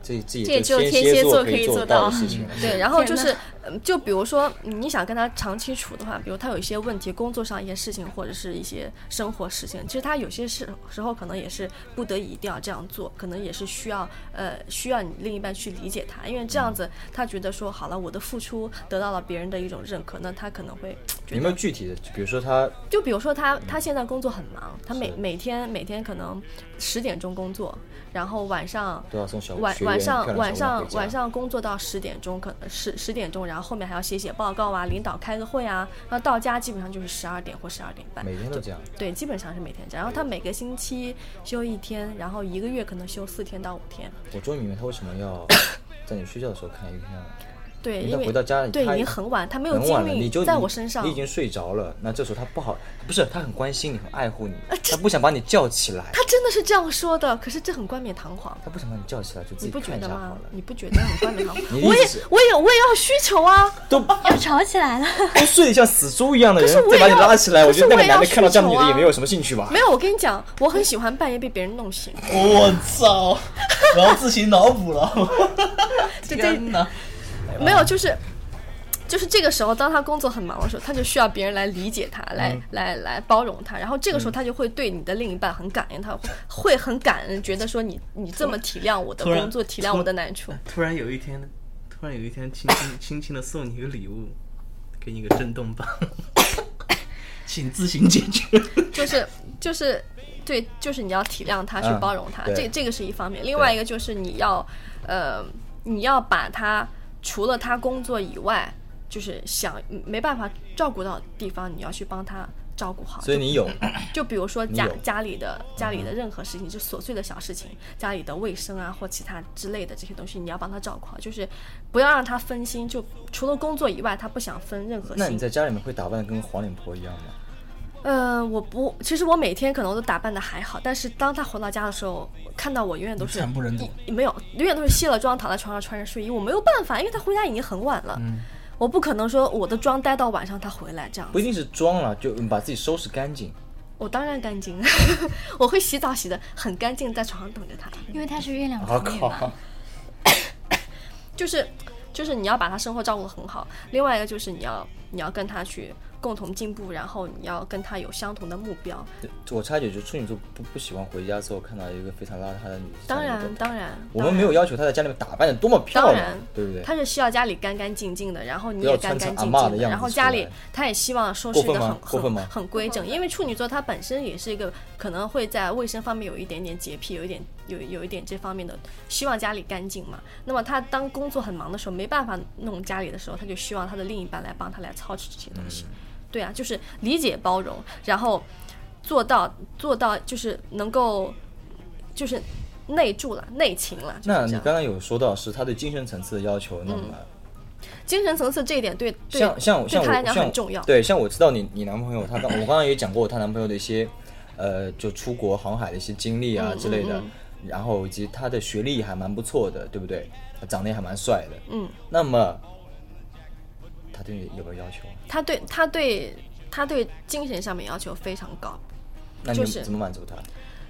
S1: 这这
S3: 这也只有
S1: 天
S3: 天蝎座
S1: 座
S3: 可以
S1: 做
S3: 做
S1: 到
S3: 到
S1: 的事 情了。
S7: 对，然后就
S3: 天
S7: 是，嗯就比如说，嗯你想跟他长期处的话，比如他有一些问题，工作上一些事情，或者是一些生活事情，其实他有些时时候可能也是不得已一定要这样做，可能也是需要呃需要你另一半去理解他，因为这样子他觉得说好了，我的付出得到了别人的一种认可，那他可能会
S1: 有没有具体的？比如说他
S7: 就比如说他，他现在工作很忙，他每每天每天可能十点钟工作，然后晚上
S1: 都要送小
S7: 晚
S1: 学员漂
S7: 晚上
S1: 亮
S7: 晚
S1: 小伙伴
S7: 上
S1: 回家
S7: 晚上工作到十点钟，可能十十点钟，然后后面还要写写报告啊，领导开个会啊，然后到家基本上就是十二点或十二点半，
S1: 每天都 这样，
S7: 对，基本上是每天这样。然后他每个星期休一天，然后一个月可能休四天到五天，
S1: 我终于明白他为什么要在你睡觉的时候看一个片了。
S7: 对，
S1: 因为
S7: 因
S1: 他
S7: 为
S1: 回到家里，
S7: 对
S1: 他
S7: 已经很晚， 他没有
S1: 很
S7: 精
S1: 晚了你
S7: 力
S1: 就
S7: 在
S1: 你
S7: 我身上
S1: 你已，经睡着了。那这时候他不好，不是他很关心你，很爱 护你，他不想把你叫起来，
S7: 他真的是这样说的，可是这很冠冕堂皇。
S1: 他不想把你叫起来，就自
S7: 你
S1: 己
S7: 不觉
S1: 看一
S7: 得
S1: 下好
S7: 吗
S1: 了。？
S7: 你不觉得很冠冕堂
S1: 你
S7: 皇？
S1: 的
S7: 我
S1: 意
S7: 也
S1: 思是
S7: 我也我也要需求啊！
S1: 都
S5: 要吵起来了。
S1: 都睡得像死猪一样的人
S7: 可是，我
S1: 再把
S7: 也
S1: 你
S7: 要
S1: 拉起来，
S7: 可
S1: 我
S7: 是
S1: 觉得那
S7: 我
S1: 个
S7: 也
S1: 男
S7: 要
S1: 的看到
S7: 需
S1: 这样女
S7: 求
S1: 的也
S7: 啊
S1: 没有什么兴趣吧？
S7: 没有，我跟你讲，我很喜欢半夜被别人弄醒。
S2: 哎
S9: 我 操！我要自行脑补 了。
S7: 就这
S9: 哪！
S7: 没有，就是就是这个时候，当他工作很忙的时候，他就需要别人来理解他，来、
S2: 嗯
S7: 来来包容他。然后这个时候，他就会对你的另一半很感恩，他会会很感恩，觉得说你你这么体谅我的
S2: 突然
S7: 工作，体谅我的难处。
S2: 突然有一天，突然有一天，轻轻 轻轻的送你一个礼物，给你一个震动棒， 请自行解决。
S7: 就是就是对，就是你要体谅他，去
S2: 嗯
S7: 包容他，
S2: 对
S7: 这这个是一方面。另外一个就是你要，呃，你要把他除了他工作以外，就是想没办法照顾到的地方，你要去帮他照顾好。
S1: 所以你有
S7: 就比如说
S1: 你
S7: 家
S1: 有
S7: 家里的家里的
S1: 嗯
S7: 任何事情，就琐碎的小事情，家里的卫生啊或其他之类的这些东西，你要帮他照顾好，就是不要让他分心。就除了工作以外，他不想分任何心。
S1: 那你在家里面会打扮得跟黄脸婆一样吗？
S7: 嗯、我不，其实我每天可能都打扮的还好，但是当他回到家的时候，看到我永远都是
S9: 惨不忍睹
S7: 一没有，永远都是卸了妆躺在床上穿着睡衣，我没有办法，因为他回家已经很晚了，
S1: 嗯，
S7: 我不可能说我的妆待到晚上他回来这样
S1: 不。一定是妆了，就把自己收拾干净。
S7: 我当然干净， 我会洗澡洗的很干净，在床上等着他，
S5: 因为他是
S7: 啊
S5: 月亮
S1: 我
S5: 处女嘛。
S1: 啊靠！
S7: 就是就是你要把他生活照顾得很好，另外一个就是你要你要跟他去共同进步，然后你要跟他有相同的目标，
S1: 我插一句，就处女座不不喜欢回家之后看到一个非常邋遢的女生。
S7: 当然当然，
S1: 我们没有要求她在家里面打扮的多么漂
S7: 当
S1: 亮
S7: 然，
S1: 对不对？
S7: 他是需要家里干干净净的，然后你
S1: 不要
S7: 也干
S1: 穿成
S7: 干
S1: 阿
S7: 净
S1: 嬷的
S7: 净的，
S1: 样
S7: 然后
S1: 子
S7: 家
S1: 出
S7: 里
S1: 来
S7: 他也希望收
S1: 过
S7: 拾
S1: 分
S7: 的
S1: 吗
S7: 很
S1: 过分
S7: 很
S1: 吗
S7: 很规整，因为处女座他本身也是一个可能会在卫生方面有一点点洁癖，有一点有有一点这方面的，希望家里干净嘛。那么他当工作很忙的时候没办法弄家里的时候，他就希望他的另一半来帮他来操持这些东西。
S1: 嗯
S7: 对啊，就是理解包容，然后做到做到就是能够就是内住了内勤了，就是
S1: 那
S7: 这
S1: 你
S7: 样。
S1: 刚刚有说到是她对精神层次的要求，那么
S7: 精神层次这一点对嗯对
S1: 像像
S7: 对
S1: 像
S7: 他来
S1: 我
S7: 讲
S1: 像
S7: 很重要。
S1: 对，像我知道你你男朋友他刚我刚刚也讲过她男朋友的一些呃就出国航海的一些经历啊
S7: 嗯
S1: 之类的
S7: 嗯嗯，
S1: 然后以及他的学历还蛮不错的，对不对？长得也还蛮帅的。
S7: 嗯，
S1: 那么他对你有没有要求？
S7: 他对他对他对精神上面要求非常高，
S1: 那你
S7: 就是
S1: 怎么满足他？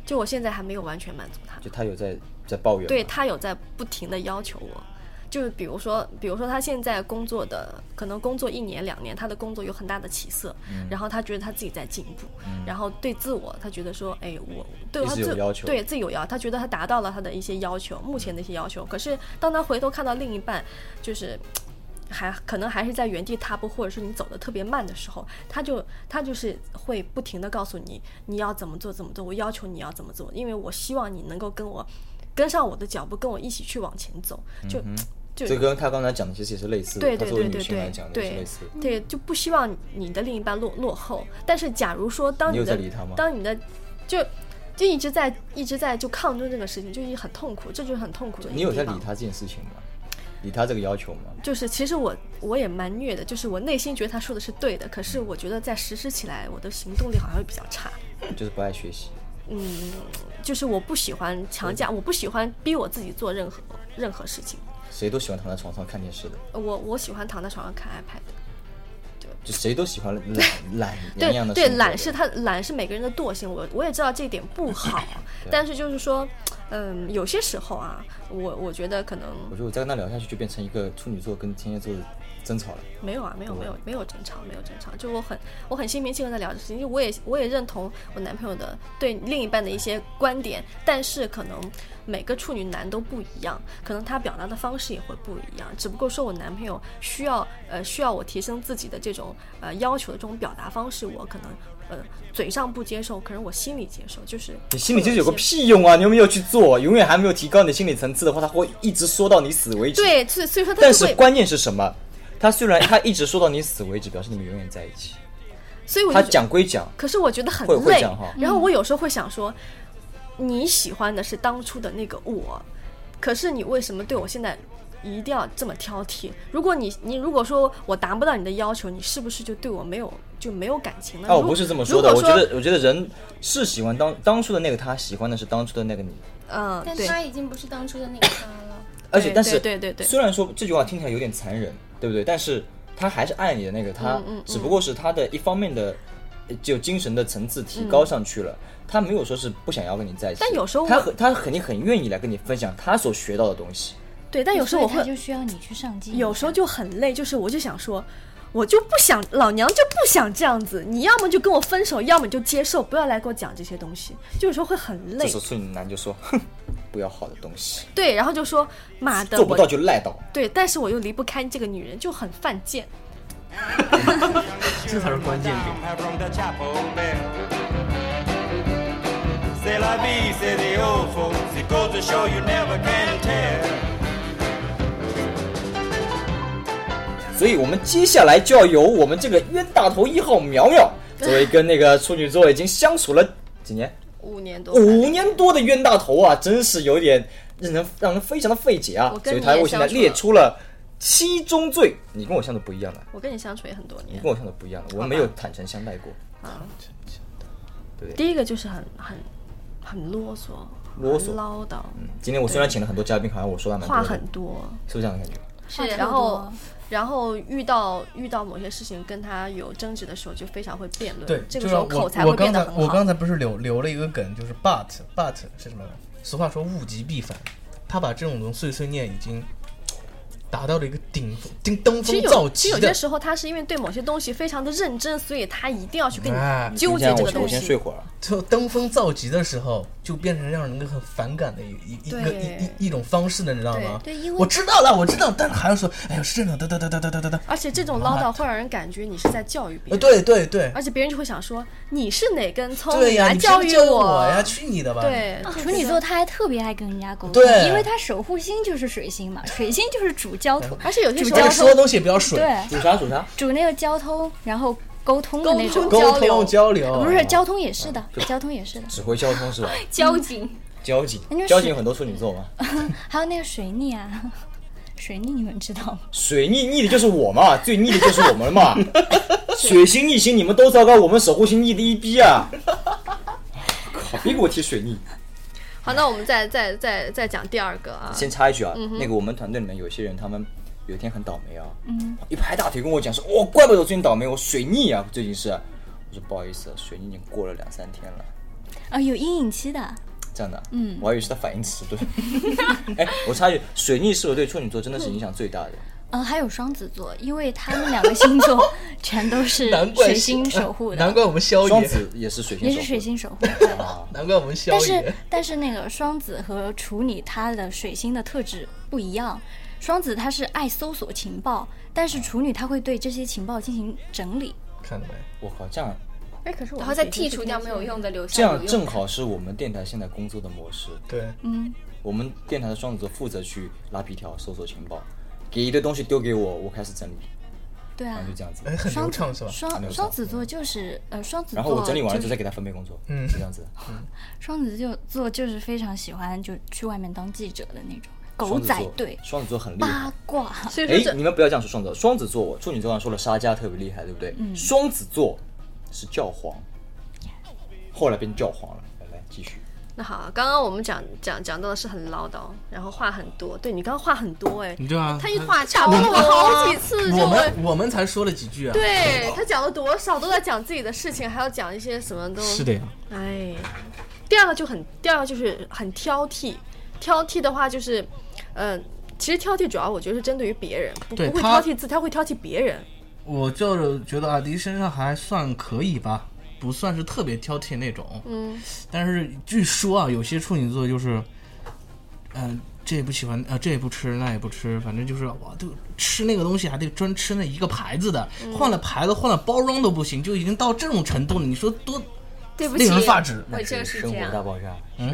S7: 就我现在还没有完全满足他，
S1: 就他有在在抱怨，
S7: 对，他有在不停的要求我。就是比如说，比如说他现在工作的，可能工作一年两年，他的工作有很大的起色，
S1: 嗯
S7: 然后他觉得他自己在进步，
S1: 嗯
S7: 然后对自我，他觉得说，哎，我对
S1: 一
S7: 他
S1: 直有
S7: 自
S1: 要求
S7: 对自己有要，他觉得他达到了他的一些要求，目前的一些要求。可是当他回头看到另一半，就是还可能还是在原地踏步，或者是你走的特别慢的时候，他就他就是会不停的告诉你你要怎么做怎么做，我要求你要怎么做，因为我希望你能够跟我跟上我的脚步，跟我一起去往前走，就、
S1: 嗯哼
S7: 就
S1: 这跟他刚才讲的其实也是类似的，
S7: 对
S1: 他
S7: 对
S1: 作为
S7: 对
S1: 女
S7: 对
S1: 性来
S7: 对
S1: 讲的也是
S7: 对
S1: 类似的。
S7: 对，就不希望你的另一半落落后。但是假如说当
S1: 你
S7: 你
S1: 有
S7: 的
S1: 在理他吗
S7: 当你的就就一直在一直在就抗争这个事情，就一很痛苦，这就是很痛苦的一个
S1: 你有
S7: 地
S1: 在
S7: 方
S1: 理他这件事情吗？理他这个要求吗？
S7: 就是其实我我也蛮虐的，就是我内心觉得他说的是对的，可是
S1: 嗯
S7: 我觉得在实施起来，我的行动力好像会比较差。
S1: 就是不爱学习，
S7: 嗯，就是我不喜欢强加，我不喜欢逼我自己做任何任何事情。
S1: 谁都喜欢躺在床上看电视的，
S7: 我我喜欢躺在床上看 iPad。
S1: 就谁都喜欢懒懒洋洋
S7: 对
S1: 的生
S7: 对，
S1: 活
S7: 懒
S1: 的
S7: 是他懒是每个人的惰性，我我也知道这一点不好
S1: 对，
S7: 但是就是说，嗯，有些时候啊，我我觉得可能
S1: 我觉得我再跟他聊下去，就变成一个处女座跟天蝎座的争吵了。
S7: 没有啊，没有没有没有争吵，没有争吵。就我很我很心平气和的聊这事情，就我也我也认同我男朋友的对另一半的一些观点，但是可能每个处女男都不一样，可能他表达的方式也会不一样。只不过说我男朋友需要呃需要我提升自己的这种呃要求的这种表达方式，我可能呃嘴上不接受，可能我心里接受，就是
S1: 你心理接受有个屁用啊！你又没有去做，永远还没有提高你的心理层次的话，他会一直说到你死为止。
S7: 对，所以所以说他
S1: 但
S7: 就会
S1: 是关键是什么？他虽然他一直说到你死为止，表示你们永远在一起。
S7: 所以我就
S1: 他
S7: 觉
S1: 讲归讲，
S7: 可是我觉得很
S1: 会会
S7: 累
S1: 讲哈。
S7: 然后我有时候会想说，你喜欢的是当初的那个我，可是你为什么对我现在一定要这么挑剔？如果你你如果说我达不到你的要求，你是不是就对我没有就没有感情了？
S1: 啊，我
S7: 如
S1: 不是这么说的。
S7: 如
S1: 我
S7: 果
S1: 觉得，我觉得人是喜欢当当初的那个他，喜欢的是当初的那个你。
S7: 嗯，
S3: 但
S7: 对
S3: 他已经不是当初的那个他了。
S1: 而且，但是，
S7: 对对对对
S1: 虽然说这句话听起来有点残忍，对不对？但是他还是爱你的那个他，
S7: 嗯嗯嗯
S1: 只不过是他的一方面的，呃就精神的层次提高上去了。他没有说是不想要跟你在一起，
S7: 嗯但有时候我
S1: 他很他肯定很愿意来跟你分享他所学到的东西。
S7: 对，但有时候我
S5: 所以
S7: 会
S5: 他就需要你去上进一下，
S7: 有时候就很累，就是我就想说，我就不想，老娘就不想这样子。你要么就跟我分手，要么你就接受，不要来给我讲这些东西。就有时候会很
S1: 这
S7: 累
S1: 时，候处女男就说：“哼，不要好的东西，
S7: 对，然后就说妈的，
S1: 做不
S7: 我
S1: 到就赖倒。
S7: 对，但是我又离不开这个女人，就很犯贱。
S2: 这才是关键点。
S8: from the chapel bell. C'est la vie, say the old folks. It goes to show you never can tell. ”
S1: 所以我们接下来就要由我们这个冤大头一号苗苗，作为跟那个处女座已经相处了几年，
S7: 五年多，
S9: 哦
S1: 五年多的冤大头啊，真是有点让人让人非常的费解啊
S7: 我。
S1: 所
S7: 跟
S1: 以
S7: 你
S1: 他
S7: 也
S1: 为现在
S7: 相处
S1: 列
S7: 了
S1: 出了七宗罪，你跟我想的不一样的，
S7: 我跟你相处也很多
S1: 你
S7: 年
S9: 哦
S1: 跟我想的不一样的，我没有坦诚相待过。
S7: 啊。
S1: 对
S7: 第一个就是很很很啰嗦，
S1: 啰嗦
S7: 很唠叨，
S1: 嗯今天我虽然请了很多嘉宾，好像我说他蛮多
S7: 话
S1: 的，
S7: 很多，
S1: 是不是这样的感觉？
S7: 是
S5: 话特
S7: 然后
S5: 啊多。
S7: 然后遇到遇到某些事情跟他有争执的时候，就非常会辩论，
S9: 对，
S7: 这
S9: 就
S7: 个时
S9: 是
S7: 候
S9: 我
S7: 口才
S9: 我
S7: 会
S9: 刚
S7: 变
S9: 才
S7: 得很
S9: 我
S7: 好
S9: 刚。才不是留留了一个梗，就是 but but 是什么？俗话说物极必反，他把这种东西碎碎念已经达到了一个顶峰顶登
S7: 其实
S9: 峰造
S7: 有，其
S9: 极
S7: 实有
S9: 的
S7: 些。时候他是因为对某些东西非常的认真，所以他一定要去跟
S9: 哎
S7: 你纠
S1: 这
S7: 结
S1: 样
S7: 这
S1: 我
S7: 个
S1: 先
S7: 东
S1: 我先
S7: 西。
S1: 睡会儿啊。
S9: 就登峰造极的时候，就变成让人很反感的一一一个一
S7: 对
S9: 一一种方式了，你知道吗？
S5: 对因为
S9: 我知道了，我知道，但是还要说，哎呀，是这样的，哒哒哒哒哒哒哒。
S7: 而且这种唠叨会让人感觉你是在教育别
S9: 呃，
S7: 人，
S9: 对对对，
S7: 而且别人就会想说你是哪根葱，
S9: 对呀，
S7: 来
S9: 你教
S7: 育
S9: 育我呀，去你的吧！，
S7: 对，就
S5: 处
S7: 觉
S5: 女
S7: 得
S5: 座，他还特别爱跟人家沟通
S9: 对，
S5: 因为他守护星就是水 星嘛，水星就是主交通，
S7: 而且有些
S5: 主
S7: 时
S9: 这
S5: 交
S9: 个
S7: 候
S9: 说
S5: 通
S9: 的东西也比较水，
S5: 对
S1: 数啥数啥？
S5: 主那个交通，然后沟通的那种
S9: 沟
S7: 沟交流
S9: 通交流
S5: 不是交通也是的，
S9: 啊
S5: 交通也是的，
S1: 指挥交通是 吧？
S5: 交警，
S1: 交警
S5: 那就，是
S1: 交警有很多处女座嘛。
S5: 还有那个水逆啊， 水逆你们知道吗？
S1: 水逆逆的就是我 嘛，最逆的就是我们嘛。水星逆行你们都糟糕，我们守护星逆的一逼啊！靠，别给我提水逆。
S5: 啊
S7: 好，那我们再再再再讲第二个啊，
S1: 先插一句啊，
S5: 嗯
S1: 那个我们团队里面有些人，他们有一天很倒霉啊，
S5: 嗯
S1: 一拍大腿跟我讲说，哦，怪不得我最近倒霉，我水逆啊，最近是。我说不好意思，啊水逆已经过了两三天了，
S5: 啊，有阴影期的，
S1: 这样的。嗯，我还以为是他反应迟 钝。 哎，我插一句，水逆是我对处女座真的是影响最大的。
S5: 嗯，还有双子座，因为他们两个星座 全都是
S9: 难怪
S5: 水星守护
S9: 难
S5: 的，
S9: 怪我们萧
S1: 双
S9: 爷，
S1: 子也是水星
S5: 也
S1: 守护，
S5: 是水星守护。 对
S1: 啊，
S9: 难怪我们萧
S5: 但
S9: 爷
S5: 是。但是那个双子和处女，它的水星的特质不一样。双子它是爱搜索情报，但是处女她会对这些情报进行整理。
S9: 看到没？
S1: 我靠，这样
S7: 哎，可是我
S3: 然后再剔除掉没有用的，留下
S1: 这样
S3: 有用
S1: 正
S3: 的
S1: 好是我们电台现在工作的模式。
S2: 啊
S9: 对，
S2: 嗯
S1: 我们电台的双子座负责去拉皮条、搜索情报，给一堆东西丢给我，我开始整理，
S5: 对
S1: 然
S5: 啊
S1: 后就，这样子。
S9: 哎，很流
S5: 双
S9: 畅是吧？
S1: 很流
S5: 双
S1: 畅
S5: 双子座就是呃双子座，
S1: 然后我整理完了就
S5: 就
S1: 再给他分配工作，
S9: 嗯
S1: 就这样子。
S5: 双子座座就是非常喜欢就去外面当记者的那种狗
S1: 双子
S5: 仔
S1: 座，
S5: 队
S1: 双子座很厉害
S5: 八。卦。
S7: 所以说
S1: 哎，
S7: 这
S1: 你们不要这样说双子座，双子座，处女座上说了沙家特别厉害，对不对？双子座是教皇，后来变教皇了。来来，继续。
S7: 那好，刚刚我们讲讲讲到的是很唠叨，然后话很多，对你刚刚话很多哎，
S2: 你知道吗？
S7: 他一话讲了我好几次，就
S2: 啊我
S7: 会
S2: 们我们才说了几句啊。
S7: 对他讲了多少，都在讲自己的事情，还要讲一些什么都
S2: 是的呀。
S7: 哎，第二个就很，第二个就是很挑剔，挑剔的话就是，嗯、其实挑剔主要我觉得是针对于别人，不
S2: 对
S7: 不会
S2: 他
S7: 挑剔自，他会挑剔别人。
S2: 我就是觉得阿迪身上还算可以吧，不算是特别挑剔那种。
S7: 嗯，
S2: 但是据说啊，有些处女座就是，嗯、这也不喜欢，呃，这也不吃，那也不吃，反正就是哇，都吃那个东西还得专吃那一个牌子的，
S7: 嗯
S2: 换了牌子，换了包装都不行，就已经到这种程度了。你说多
S7: 对不起，
S2: 令人发指？
S7: 我就是这样。
S1: 爆炸，
S2: 嗯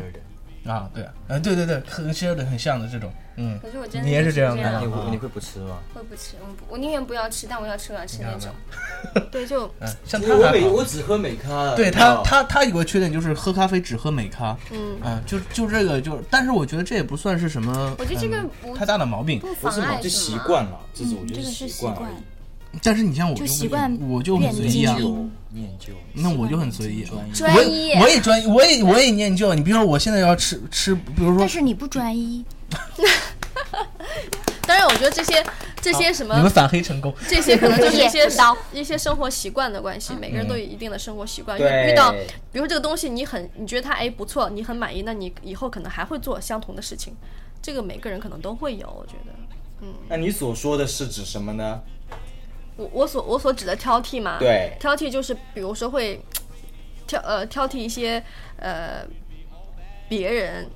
S2: 啊，对啊，呃，对对对，和希尔顿很像的这种，嗯，
S3: 可是我真的
S2: 你也
S3: 就是是
S2: 这样
S3: 这
S2: 的啊，
S3: 样
S1: 你会你会不吃吗？
S3: 我不吃，我不我宁愿不要吃，但我要吃，我要吃那种。
S7: 对，就
S2: 嗯，像他还好
S1: 我哦只喝美咖
S2: 对他，他他有个缺点就是喝咖啡只喝美咖，
S7: 嗯，
S2: 嗯，就就这个就，但是我觉得这也不算是什么，
S3: 我觉得这个
S2: 嗯
S3: 不
S2: 太大的毛病。
S3: 不
S1: 不
S3: 妨
S1: 是嘛，
S3: 碍
S1: 就
S3: 什
S1: 习
S3: 么。
S1: 惯了，这
S7: 嗯
S1: 是我觉得
S5: 这个
S1: 是
S5: 是
S1: 习
S5: 习
S1: 惯而
S5: 惯
S1: 已，，
S2: 但是你像我
S5: 就
S2: 不
S5: 习惯
S2: 我就很随意啊
S1: 念，旧念旧，
S2: 那我就很随意啊。
S3: 专
S2: 我
S3: 一
S2: 也我也专一，我也我也念旧。啊你比如说，我现在要吃吃，比如说
S5: 但是你不专一，
S7: 当然我觉得这些这些什么
S2: 你们反黑成功，
S7: 这些可能就是一些
S5: 不刀
S7: 一些生活习惯的关系，每个人都有一定的生活习惯。
S1: 嗯
S7: 遇
S1: 对
S7: 遇到，比如这个东西你很你觉得它哎不错，你很满意，那你以后可能还会做相同的事情。这个每个人可能都会有，我觉得。
S1: 那你所说的是指什么呢？
S7: 我我所我所指的挑剔嘛，
S1: 对
S7: 挑剔就是比如说会挑呃挑剔一些呃别人。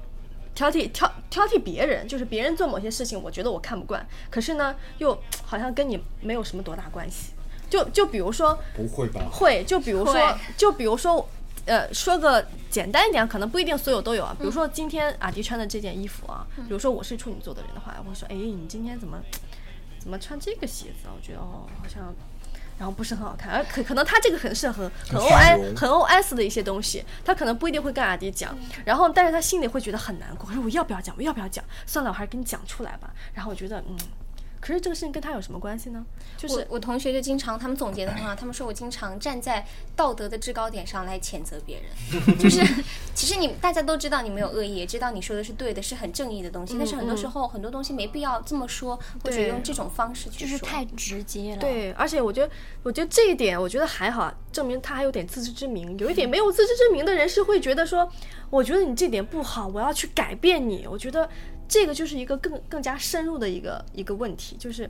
S7: 挑剔挑挑剔别人，就是别人做某些事情，我觉得我看不惯，可是呢，又好像跟你没有什么多大关系。就就比如说，
S1: 不会吧？
S7: 会，就比如
S3: 会
S7: 说，就比如说，呃，说个简单一点，可能不一定所有都有啊。
S3: 嗯
S7: 比如说今天阿迪穿的这件衣服啊，比如说我是处女座的人的话，我会说，哎，你今天怎么怎么穿这个鞋子啊？我觉得哦，好像。然后不是很好看，而可可能他这个很适合很 O
S1: 虚
S7: I
S1: 荣
S7: 很 O S 的一些东西，他可能不一定会跟阿迪讲，
S3: 嗯
S7: 然后但是他心里会觉得很难过，说我要不要讲，我要不要讲？算了，我还是跟你讲出来吧。然后我觉得嗯，可是这个事情跟他有什么关系呢？就
S3: 我
S7: 是
S3: 我同学就经常，他们总结的很好，他们说我经常站在道德的制高点上来谴责别人，就是其实你大家都知道你没有恶意，也知道你说的是对的，是很正义的东西，但是很多时候、很多东西没必要这么说，或者
S7: 对
S3: 用这种方式去
S5: 就
S3: 说，
S5: 是太直接了。，
S7: 对，而且我觉得，我觉得这一点，我觉得还好，证明他还有点自知之明。有一
S3: 嗯
S7: 点没有自知之明的人是会觉得说，我觉得你这点不好，我要去改变你。我觉得这个就是一个更更加深入的一个一个问题，就是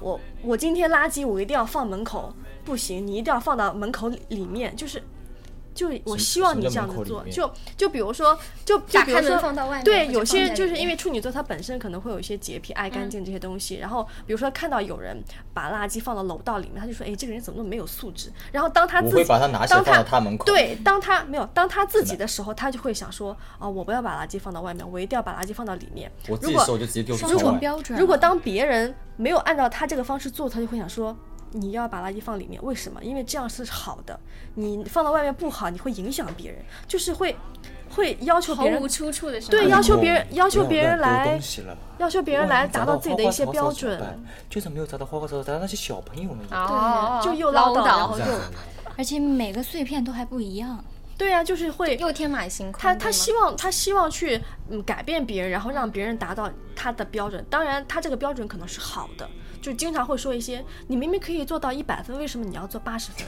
S7: 我我今天垃圾我一定要放门口，不行，你一定要放到门口里里面，就是。就我
S1: 什
S7: 希望
S1: 什
S7: 你
S1: 么
S7: 这
S1: 叫
S7: 样
S1: 门
S7: 子
S1: 口里
S7: 做，
S1: 面
S7: 就就比如说，就就
S3: 打
S7: 比
S3: 开
S7: 如
S3: 门
S7: 说
S3: 放到外面
S7: 对，
S3: 或者
S7: 有些
S3: 放
S7: 人
S3: 在
S7: 就是
S3: 里
S7: 因
S3: 面
S7: 为处女座她本身可能会有一些洁癖、爱干
S5: 嗯
S7: 净这些东西，然后比如说看到有人把垃圾放到楼道里面，他就说：“哎，这个人怎么那么没有素质？”然后当他
S1: 我
S7: 自
S1: 会
S7: 己
S1: 把它拿起来
S7: 当
S1: 放到他门口
S7: 对，当他没有当他自己的时候，他就会想说：“哦，我不要把垃圾放到外面，我一定要把垃圾放到里面。”
S1: 我自
S7: 如
S1: 己
S7: 果
S1: 手就直接丢出
S5: 双
S1: 窗
S5: 重
S1: 外。
S5: 标准。
S7: 如果当别人没有按照他这个方式做，他就会想说。你要把垃圾放里面，为什么？因为这样是好的，你放到外面不好，你会影响别人，就是会会要求
S3: 毫
S7: 别人
S3: 无出处的时候，
S7: 对要求别人
S1: 哎呦
S7: 要求
S1: 不
S7: 别
S1: 要
S7: 人
S1: 乱丢
S7: 来
S1: 东西了
S7: 要求别人来达到自己的一些标准，啊
S1: 就是没有砸到花花草草，砸到那些小朋友们。
S3: 哦，
S7: 就又
S3: 唠
S7: 叨，然后又
S5: 而且每个碎片都还不一样，
S7: 对啊，就是会
S3: 又天马行空，
S7: 他他
S3: 对吗
S7: 希望他希望去嗯改变别人，然后让别人达到他的标准。当然，他这个标准可能是好的，就经常会说一些你明明可以做到一百分，为什么你要做八十分？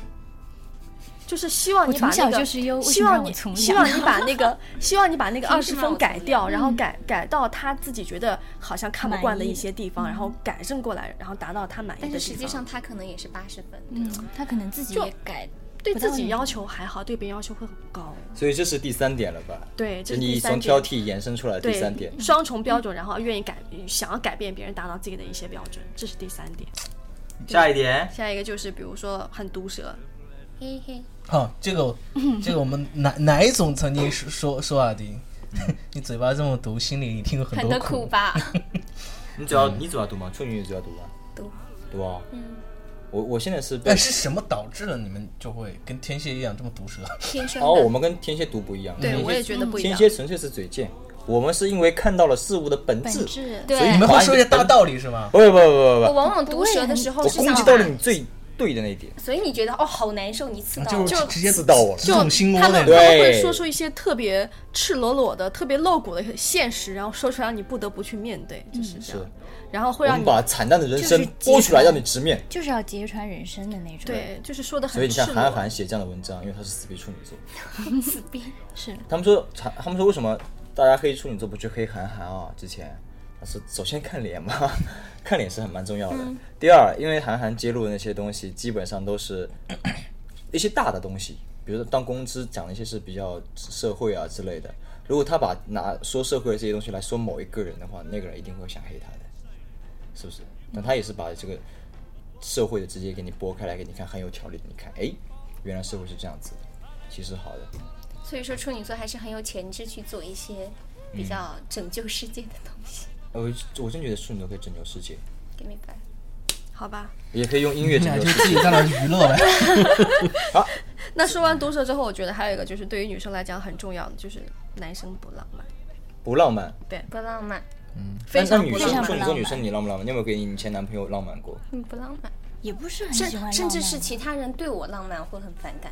S7: 就是希望你把
S5: 我从
S7: 那
S5: 小
S7: 个，
S5: 就是优为
S7: 希
S5: 什么
S7: 望
S5: 让
S7: 你
S5: 我从
S7: 希
S5: 小
S7: 望你把 那个，希望你把那个
S3: 凭
S7: 二
S3: 什
S7: 十
S3: 么
S7: 分
S3: 我
S7: 改
S3: 从
S7: 掉，然后改改到他自己觉得好像看
S5: 嗯
S7: 不
S5: 满
S7: 惯的
S5: 意嗯的
S7: 一些地方，然后改正过来，然后达到他满意的
S3: 但
S7: 地方。
S3: 是实际上他可能也是八十分，对
S5: 嗯
S3: 吗，
S5: 他可能自己
S7: 就
S5: 也改，
S7: 对
S5: 不到
S7: 自己
S5: 你
S7: 要求还好，对别人要求会很高。
S1: 所以这是第三点了吧？
S7: 对
S1: 就
S7: 这
S1: 是你
S7: 第三
S1: 从
S7: 点
S1: 挑剔延伸出来的
S7: 对，
S1: 第三点。
S7: 双重标准，然后愿意改，想要改变别人，达到自己的一些标准，这是第三点。嗯
S1: 下一点，
S7: 下一个就是，比如说很毒舌，
S3: 嘿嘿，
S9: 好、这个这个我们奶奶总曾经说说说 阿迪，你嘴巴这么毒，心里一定有很
S3: 很
S9: 多
S3: 的苦吧？
S1: 你主要你主要读吗？处女主要读吗？
S3: 读，
S1: 读啊。嗯。我我现在是被
S9: 哎，是什么导致了你们就会跟天蝎一样这么毒舌？
S3: 天生的。
S1: 哦，我们跟天蝎读不一样。
S7: 对
S1: 天蝎
S7: 我也觉得不一
S1: 天
S7: 样。
S1: 蝎纯粹是嘴贱，我们是因为看到了事物的本质
S5: 本。质
S3: 对，
S9: 你们会说一些大道理是吗？
S1: 不不不不
S3: 我
S1: 不，
S3: 往往毒舌的时候
S1: 我
S3: 是想
S1: 攻击到了你最对的那一点。
S3: 所以你觉得哦，好难受，你刺到
S1: 啊就
S3: 我
S1: 直接刺到我了
S7: 就
S1: 这种心窝
S7: 他们
S1: 嘞
S7: 他们会
S1: 对
S7: 说出一些特别赤裸裸的、特别露骨的现实，然后说出来让你不得不去面对，就是这样。然后会
S1: 我
S7: 让
S1: 们
S7: 你
S1: 把惨淡的人
S7: 就是
S1: 生剥出来，让你直面。
S5: 就是要揭穿人生的那种。
S7: 对，就是说的
S1: 所以
S7: 很
S1: 你
S7: 赤
S1: 像韩
S7: 裸。
S1: 寒写这样的文章，因为他是死皮处女座，
S5: 死逼是
S1: 他们说，他他们说为什么大家黑处女座不去黑韩寒啊？之前他说首先看脸嘛， 看脸是很蛮重要的。
S7: 嗯
S1: 第二，因为韩寒揭露的那些东西，基本上都是 一些大的东西，比如说当公知讲的一些是比较社会啊之类的。如果他把拿说社会这些东西来说某一个人的话，那个人一定会想黑他的，是不是？但他也是把这个社会的直接给你剥开来给你看，很有条理的。你看，哎，原来社会是这样子的，其实好的。
S3: 所以说处女座还是很有潜质去做一些比较拯救世界的东西。
S1: 呃我我真觉得处女座可以拯救世界，
S3: 给你白，
S7: 好吧。
S1: 也可以用音乐拯 救世界。
S2: 你俩就自己在那儿娱乐呗
S1: 好，
S7: 那说完毒舌之后，我觉得还有一个就是对于女生来讲很重要的，就是男生不浪漫，
S1: 不浪漫。
S7: 对，
S3: 不浪漫，
S1: 嗯，
S7: 非常
S1: 那女
S7: 不
S1: 生
S7: 浪
S1: 处女
S7: 漫
S1: 座女生你浪不浪漫？你有没有给你前男朋友浪漫过？
S3: 嗯，不浪漫，
S5: 也不是很
S3: 甚
S5: 喜欢浪漫
S3: 甚至是其他人对我浪漫会很反感。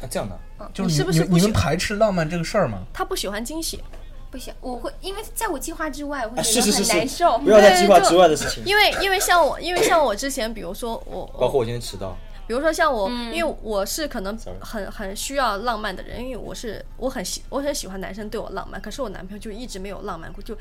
S1: 啊，这样的，
S3: 嗯，
S2: 就是你
S7: 是不是
S2: 你
S7: 不
S2: 你
S7: 喜
S2: 们排斥浪漫这个事儿吗？
S7: 他不喜欢惊喜。
S3: 不行，我会因为在我计划之外，我会
S1: 啊是
S3: 觉得
S1: 是
S3: 很
S1: 是
S3: 难
S1: 是
S3: 受。，
S1: 不要在
S7: 对
S1: 计划
S7: 就
S1: 之外的事情。
S7: 因为因为像我，因为像我之前，比如说我，
S1: 包括我今天迟到，
S7: 比如说像我，因为我是可能很很需要浪漫的人，因为我是我很喜我很喜欢男生对我浪漫，可是我男朋友就一直没有浪漫过，就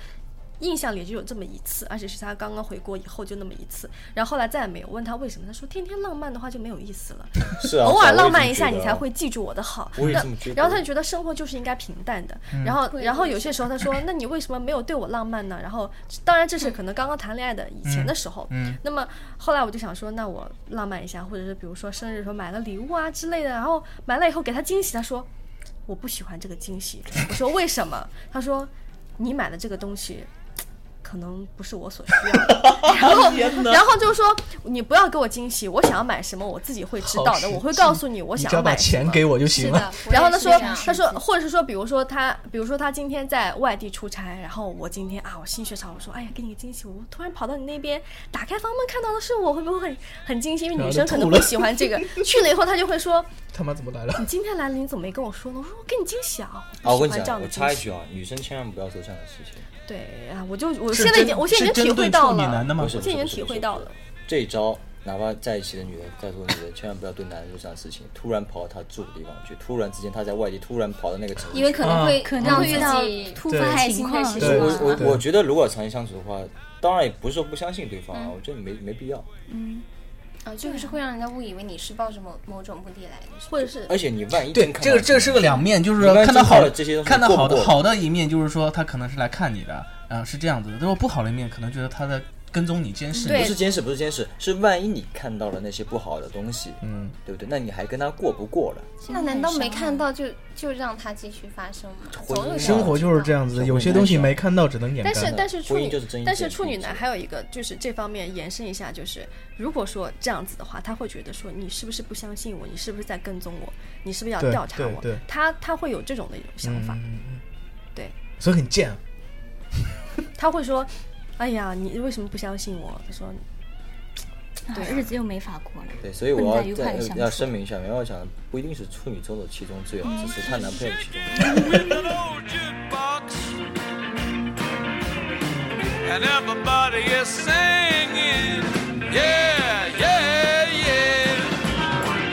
S7: 印象里就有这么一次，而且是他刚刚回国以后就那么一次，然后后来再也没有问他为什么，他说天天浪漫的话就没有意思了，
S1: 是啊
S7: 偶尔
S1: 是啊
S7: 浪漫一下
S1: 我也这么觉得
S7: 你才会记住我的好，
S1: 我也
S7: 那
S1: 这么觉得
S7: 然后他就觉得生活就是应该平淡的，
S8: 嗯
S7: 然后然后有些时候他说，那你为什么没有对我浪漫呢？然后当然这是可能刚刚谈恋爱的以前的时候，
S8: 嗯嗯
S7: 那么后来我就想说，那我浪漫一下，或者是比如说生日的时候买个礼物啊之类的，然后买了以后给他惊喜，他说我不喜欢这个惊喜，我说为什么？他说你买的这个东西。可能不是我所需要的，然 后
S8: 天哪
S7: 然后就说你不要给我惊喜，我想要买什么我自己会知道
S9: 好实
S7: 的，我会
S9: 际
S7: 告诉你我
S9: 你
S7: 想
S9: 只
S7: 要
S9: 要把
S7: 买什
S9: 钱
S7: 么。
S9: 给我就行了。
S7: 然后他说
S3: 这样，
S7: 他说，或者是说，比如说他，比如说他今天在外地出差，然后我今天啊，我心血潮，我说，哎呀，给你个惊喜，我突然跑到你那边，打开房门看到的是我，会不会很很惊喜？因 为女生可能不喜欢这个。去了以后，他就会说，
S9: 他妈怎么来了？
S7: 你今天来了，你怎么没跟我说呢？我说我给你惊喜啊，
S1: 啊，我
S7: 不
S1: 跟你
S7: 喜欢这
S1: 讲，
S7: 样
S1: 我
S7: 的
S1: 插
S7: 惊
S1: 一
S7: 喜。
S1: 句啊，女生千万不要做这样的事情。
S7: 对啊，我就我
S1: 是
S7: 现在已经，
S1: 针
S7: 我现在已
S1: 是
S7: 经体
S1: 针对
S7: 会到
S1: 处女
S7: 了，
S1: 男的吗
S7: 我
S1: 不是
S7: 现在
S1: 不
S7: 已经
S1: 是
S7: 体
S1: 不是
S7: 会到了。
S1: 这一招，哪怕在一起的女的，在座的女的，千万不要对男人做这样的事情。突然跑到他住的地方去，突然之间他在外地，突然跑到那个城市去，
S3: 因为可能会
S1: 啊
S3: 让自己开心的事情
S1: 我
S3: 吧
S1: 我我觉得，如果长期相处的话，当然也不是说不相信对方啊，
S3: 嗯
S1: 我觉得没没必要。
S3: 嗯，啊，就是会让人家误以为你是抱着某某种目的来的，
S7: 或者是
S1: 而且你万一
S2: 对
S1: 真，看
S2: 这
S1: 到
S2: 个这个是个两面，就是
S1: 你万一
S2: 看到
S1: 真
S2: 好
S1: 看
S2: 的
S1: 了这些东西
S2: 看到
S1: 过不
S2: 好的
S1: 过
S2: 好的一面，就是说他可能是来看你的，啊，是这样子的。如果不好的一面，可能觉得他在跟踪你、监视
S1: 不是
S2: 你。
S1: 监视，不是监视，是万一你看到了那些不好的东西，
S2: 嗯，
S1: 对不对？那你还跟他过不过了？
S3: 那难道没看到就就让它继续发生吗？总有一天
S9: 生活就是这样子的，有些东西没看到只能掩盖
S7: 但
S9: 了。
S7: 是但是处
S9: 婚姻
S7: 女
S9: 就是睁一
S7: 但是
S9: 只
S7: 处女男还有一个就是这方面延伸一下，就是如果说这样子的话，他会觉得说你是不是不相信我，你是不是在跟踪我，你是不是要
S9: 对
S7: 调查
S9: 对
S7: 我
S9: 对？嗯
S7: 他他会有这种的一种想法，对，
S9: 所以很贱啊。
S7: 他会说，哎呀，你为什么不相信我？他说，对，
S5: 啊日子又没法过了。
S1: 对，所以
S5: 不能
S1: 我
S5: 再愉
S1: 要
S5: 快
S1: 再
S5: 地相
S1: 要
S5: 处
S1: 声明一下，苗苗讲的不一定是处女座的其中最好，只是她男朋友的其中之一。
S8: And everybody is singing, yeah, yeah, yeah.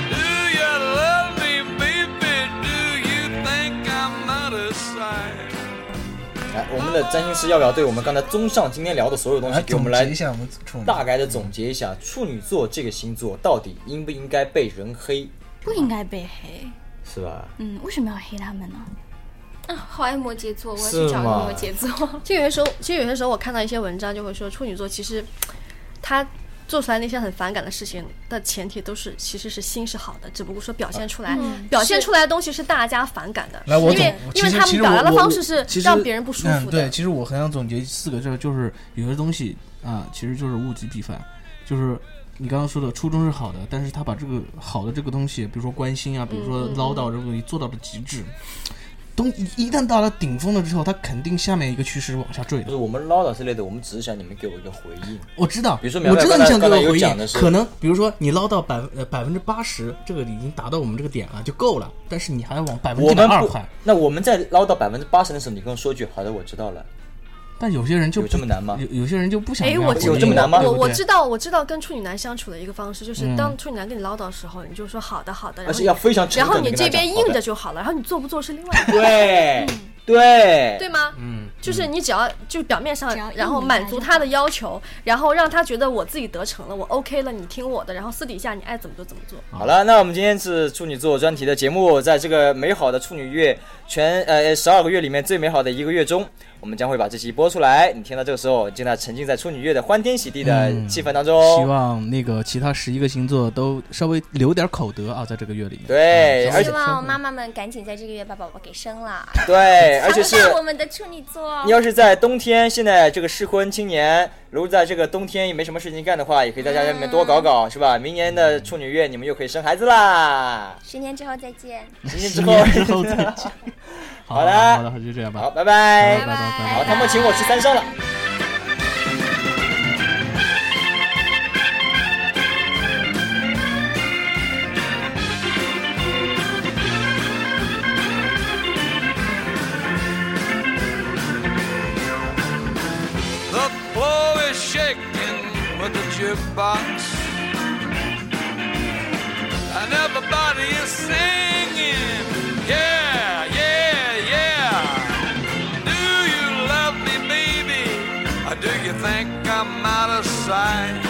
S8: Do you love me, baby? Do you think I'm out of sight?
S1: 来，我们的占星师要不要对我们刚才综上今天聊的所有东西，给我们来
S2: 总结一下我们处女
S1: 大概的总结一下，处女座这个星座到底应不应该被人黑，
S5: 不应该被黑。
S1: 是吧？
S5: 嗯，为什么要黑他们呢？
S3: 啊，好爱摩羯座，我要
S1: 是
S3: 去找个
S1: 吗
S3: 摩羯座。
S7: 就有些时候，其实有些时候我看到一些文章就会说，处女座其实他做出来那些很反感的事情的前提都是其实是心是好的，只不过说表
S9: 啊
S7: 现出来，
S3: 嗯
S7: 表现出来的东西是大家反感
S9: 嗯
S7: 的，
S2: 来，我
S7: 因
S2: 总
S7: 为因为他们表达的方式是让别人不舒服
S2: 嗯。
S7: 的。
S2: 对，其实我很想总结四个字儿，就是有些东西啊、其实就是物极必反，就是你刚刚说的初衷是好的，但是他把这个好的这个东西，比如说关心啊，比如说
S7: 嗯嗯
S2: 唠叨这个东西做到了极致。东一一旦到了顶峰了之后，它肯定下面一个趋势是往下坠的
S1: 就。是我们唠叨之类的，我们只是想你们给我一个回应。
S2: 我知道，
S1: 比如说
S2: 我知
S1: 苗苗
S2: 道你想给
S1: 刚才
S2: 我回
S1: 有讲的
S2: 应，
S1: 是
S2: 可能比如说你捞到百分呃百分之八十，这个已经达到我们这个点了就够了，但是你还要往百分
S1: 我
S2: 之
S1: 们
S2: 百嗯二
S1: 不
S2: 快。，
S1: 那我们在捞到百分之八十的时候，你跟我说一句“好的，我知道了
S2: 但有些人就
S1: 有这么难吗
S2: 有有些人就不想
S7: 哎，
S2: 样
S7: 我
S2: 回
S7: 知
S2: 应
S1: 有这么难吗
S2: 对
S7: 我
S2: 不
S7: 我
S2: 对
S7: 知道，我知道跟处女男相处的一个方式，就是
S2: 嗯
S7: 当处女男跟你唠叨的时候，你就说好的好的，”，然
S1: 而
S7: 后
S1: 且
S7: 你
S1: 要非常诚
S7: 然后
S1: 恳
S7: 你
S1: 的
S7: 这
S1: 跟他
S7: 边
S1: 讲好
S7: 应着
S1: 的。
S7: 就好了，然后你做不做是另外一个，
S1: 对对
S7: 对吗？
S2: 嗯，
S7: 就是你只要就表面上
S5: 只要，应
S7: 然后
S5: 一下
S7: 满
S5: 就
S7: 足
S5: 好
S7: 他的要求，然后让他觉得我自己得逞了，我 OK 了，你听我的，然后私底下你爱怎么做怎么做。
S1: 好了，那我们今天是处女座专题的节目，在这个美好的处女月全呃十二个月里面最美好的一个月中，我们将会把这期播出来。你听到这个时候，你正在沉浸在处女月的欢天喜地的
S2: 嗯
S1: 气氛当中。
S2: 希望那个其他十一个星座都稍微留点口德啊，在这个月里面。嗯
S1: 对，而
S3: 希
S1: 且嗯
S3: 望妈妈们赶紧在这个月把宝宝给生了，
S1: 对，而且是
S3: 瞧不上我们的处女座
S1: 你。要是在冬天，现在这个适婚青年，如果在这个冬天也没什么事情干的话，也可以在家里面多搞搞，是
S2: 嗯
S1: 吧？明年的处女月你们又可以生孩子 啦。
S3: 十年之后再见。
S1: 十年之
S2: 十
S1: 后，
S2: 年之后再见。好
S1: 好的
S2: 好的，好就这样吧。
S1: 好，拜拜。
S2: 拜拜拜
S1: 好，他们请我吃三烧了。
S12: The floor is shaking with the jukebox. And everybody is singing. Yeah, yeah, yeah. Do you love me, baby? Or do you think I'm out of sight?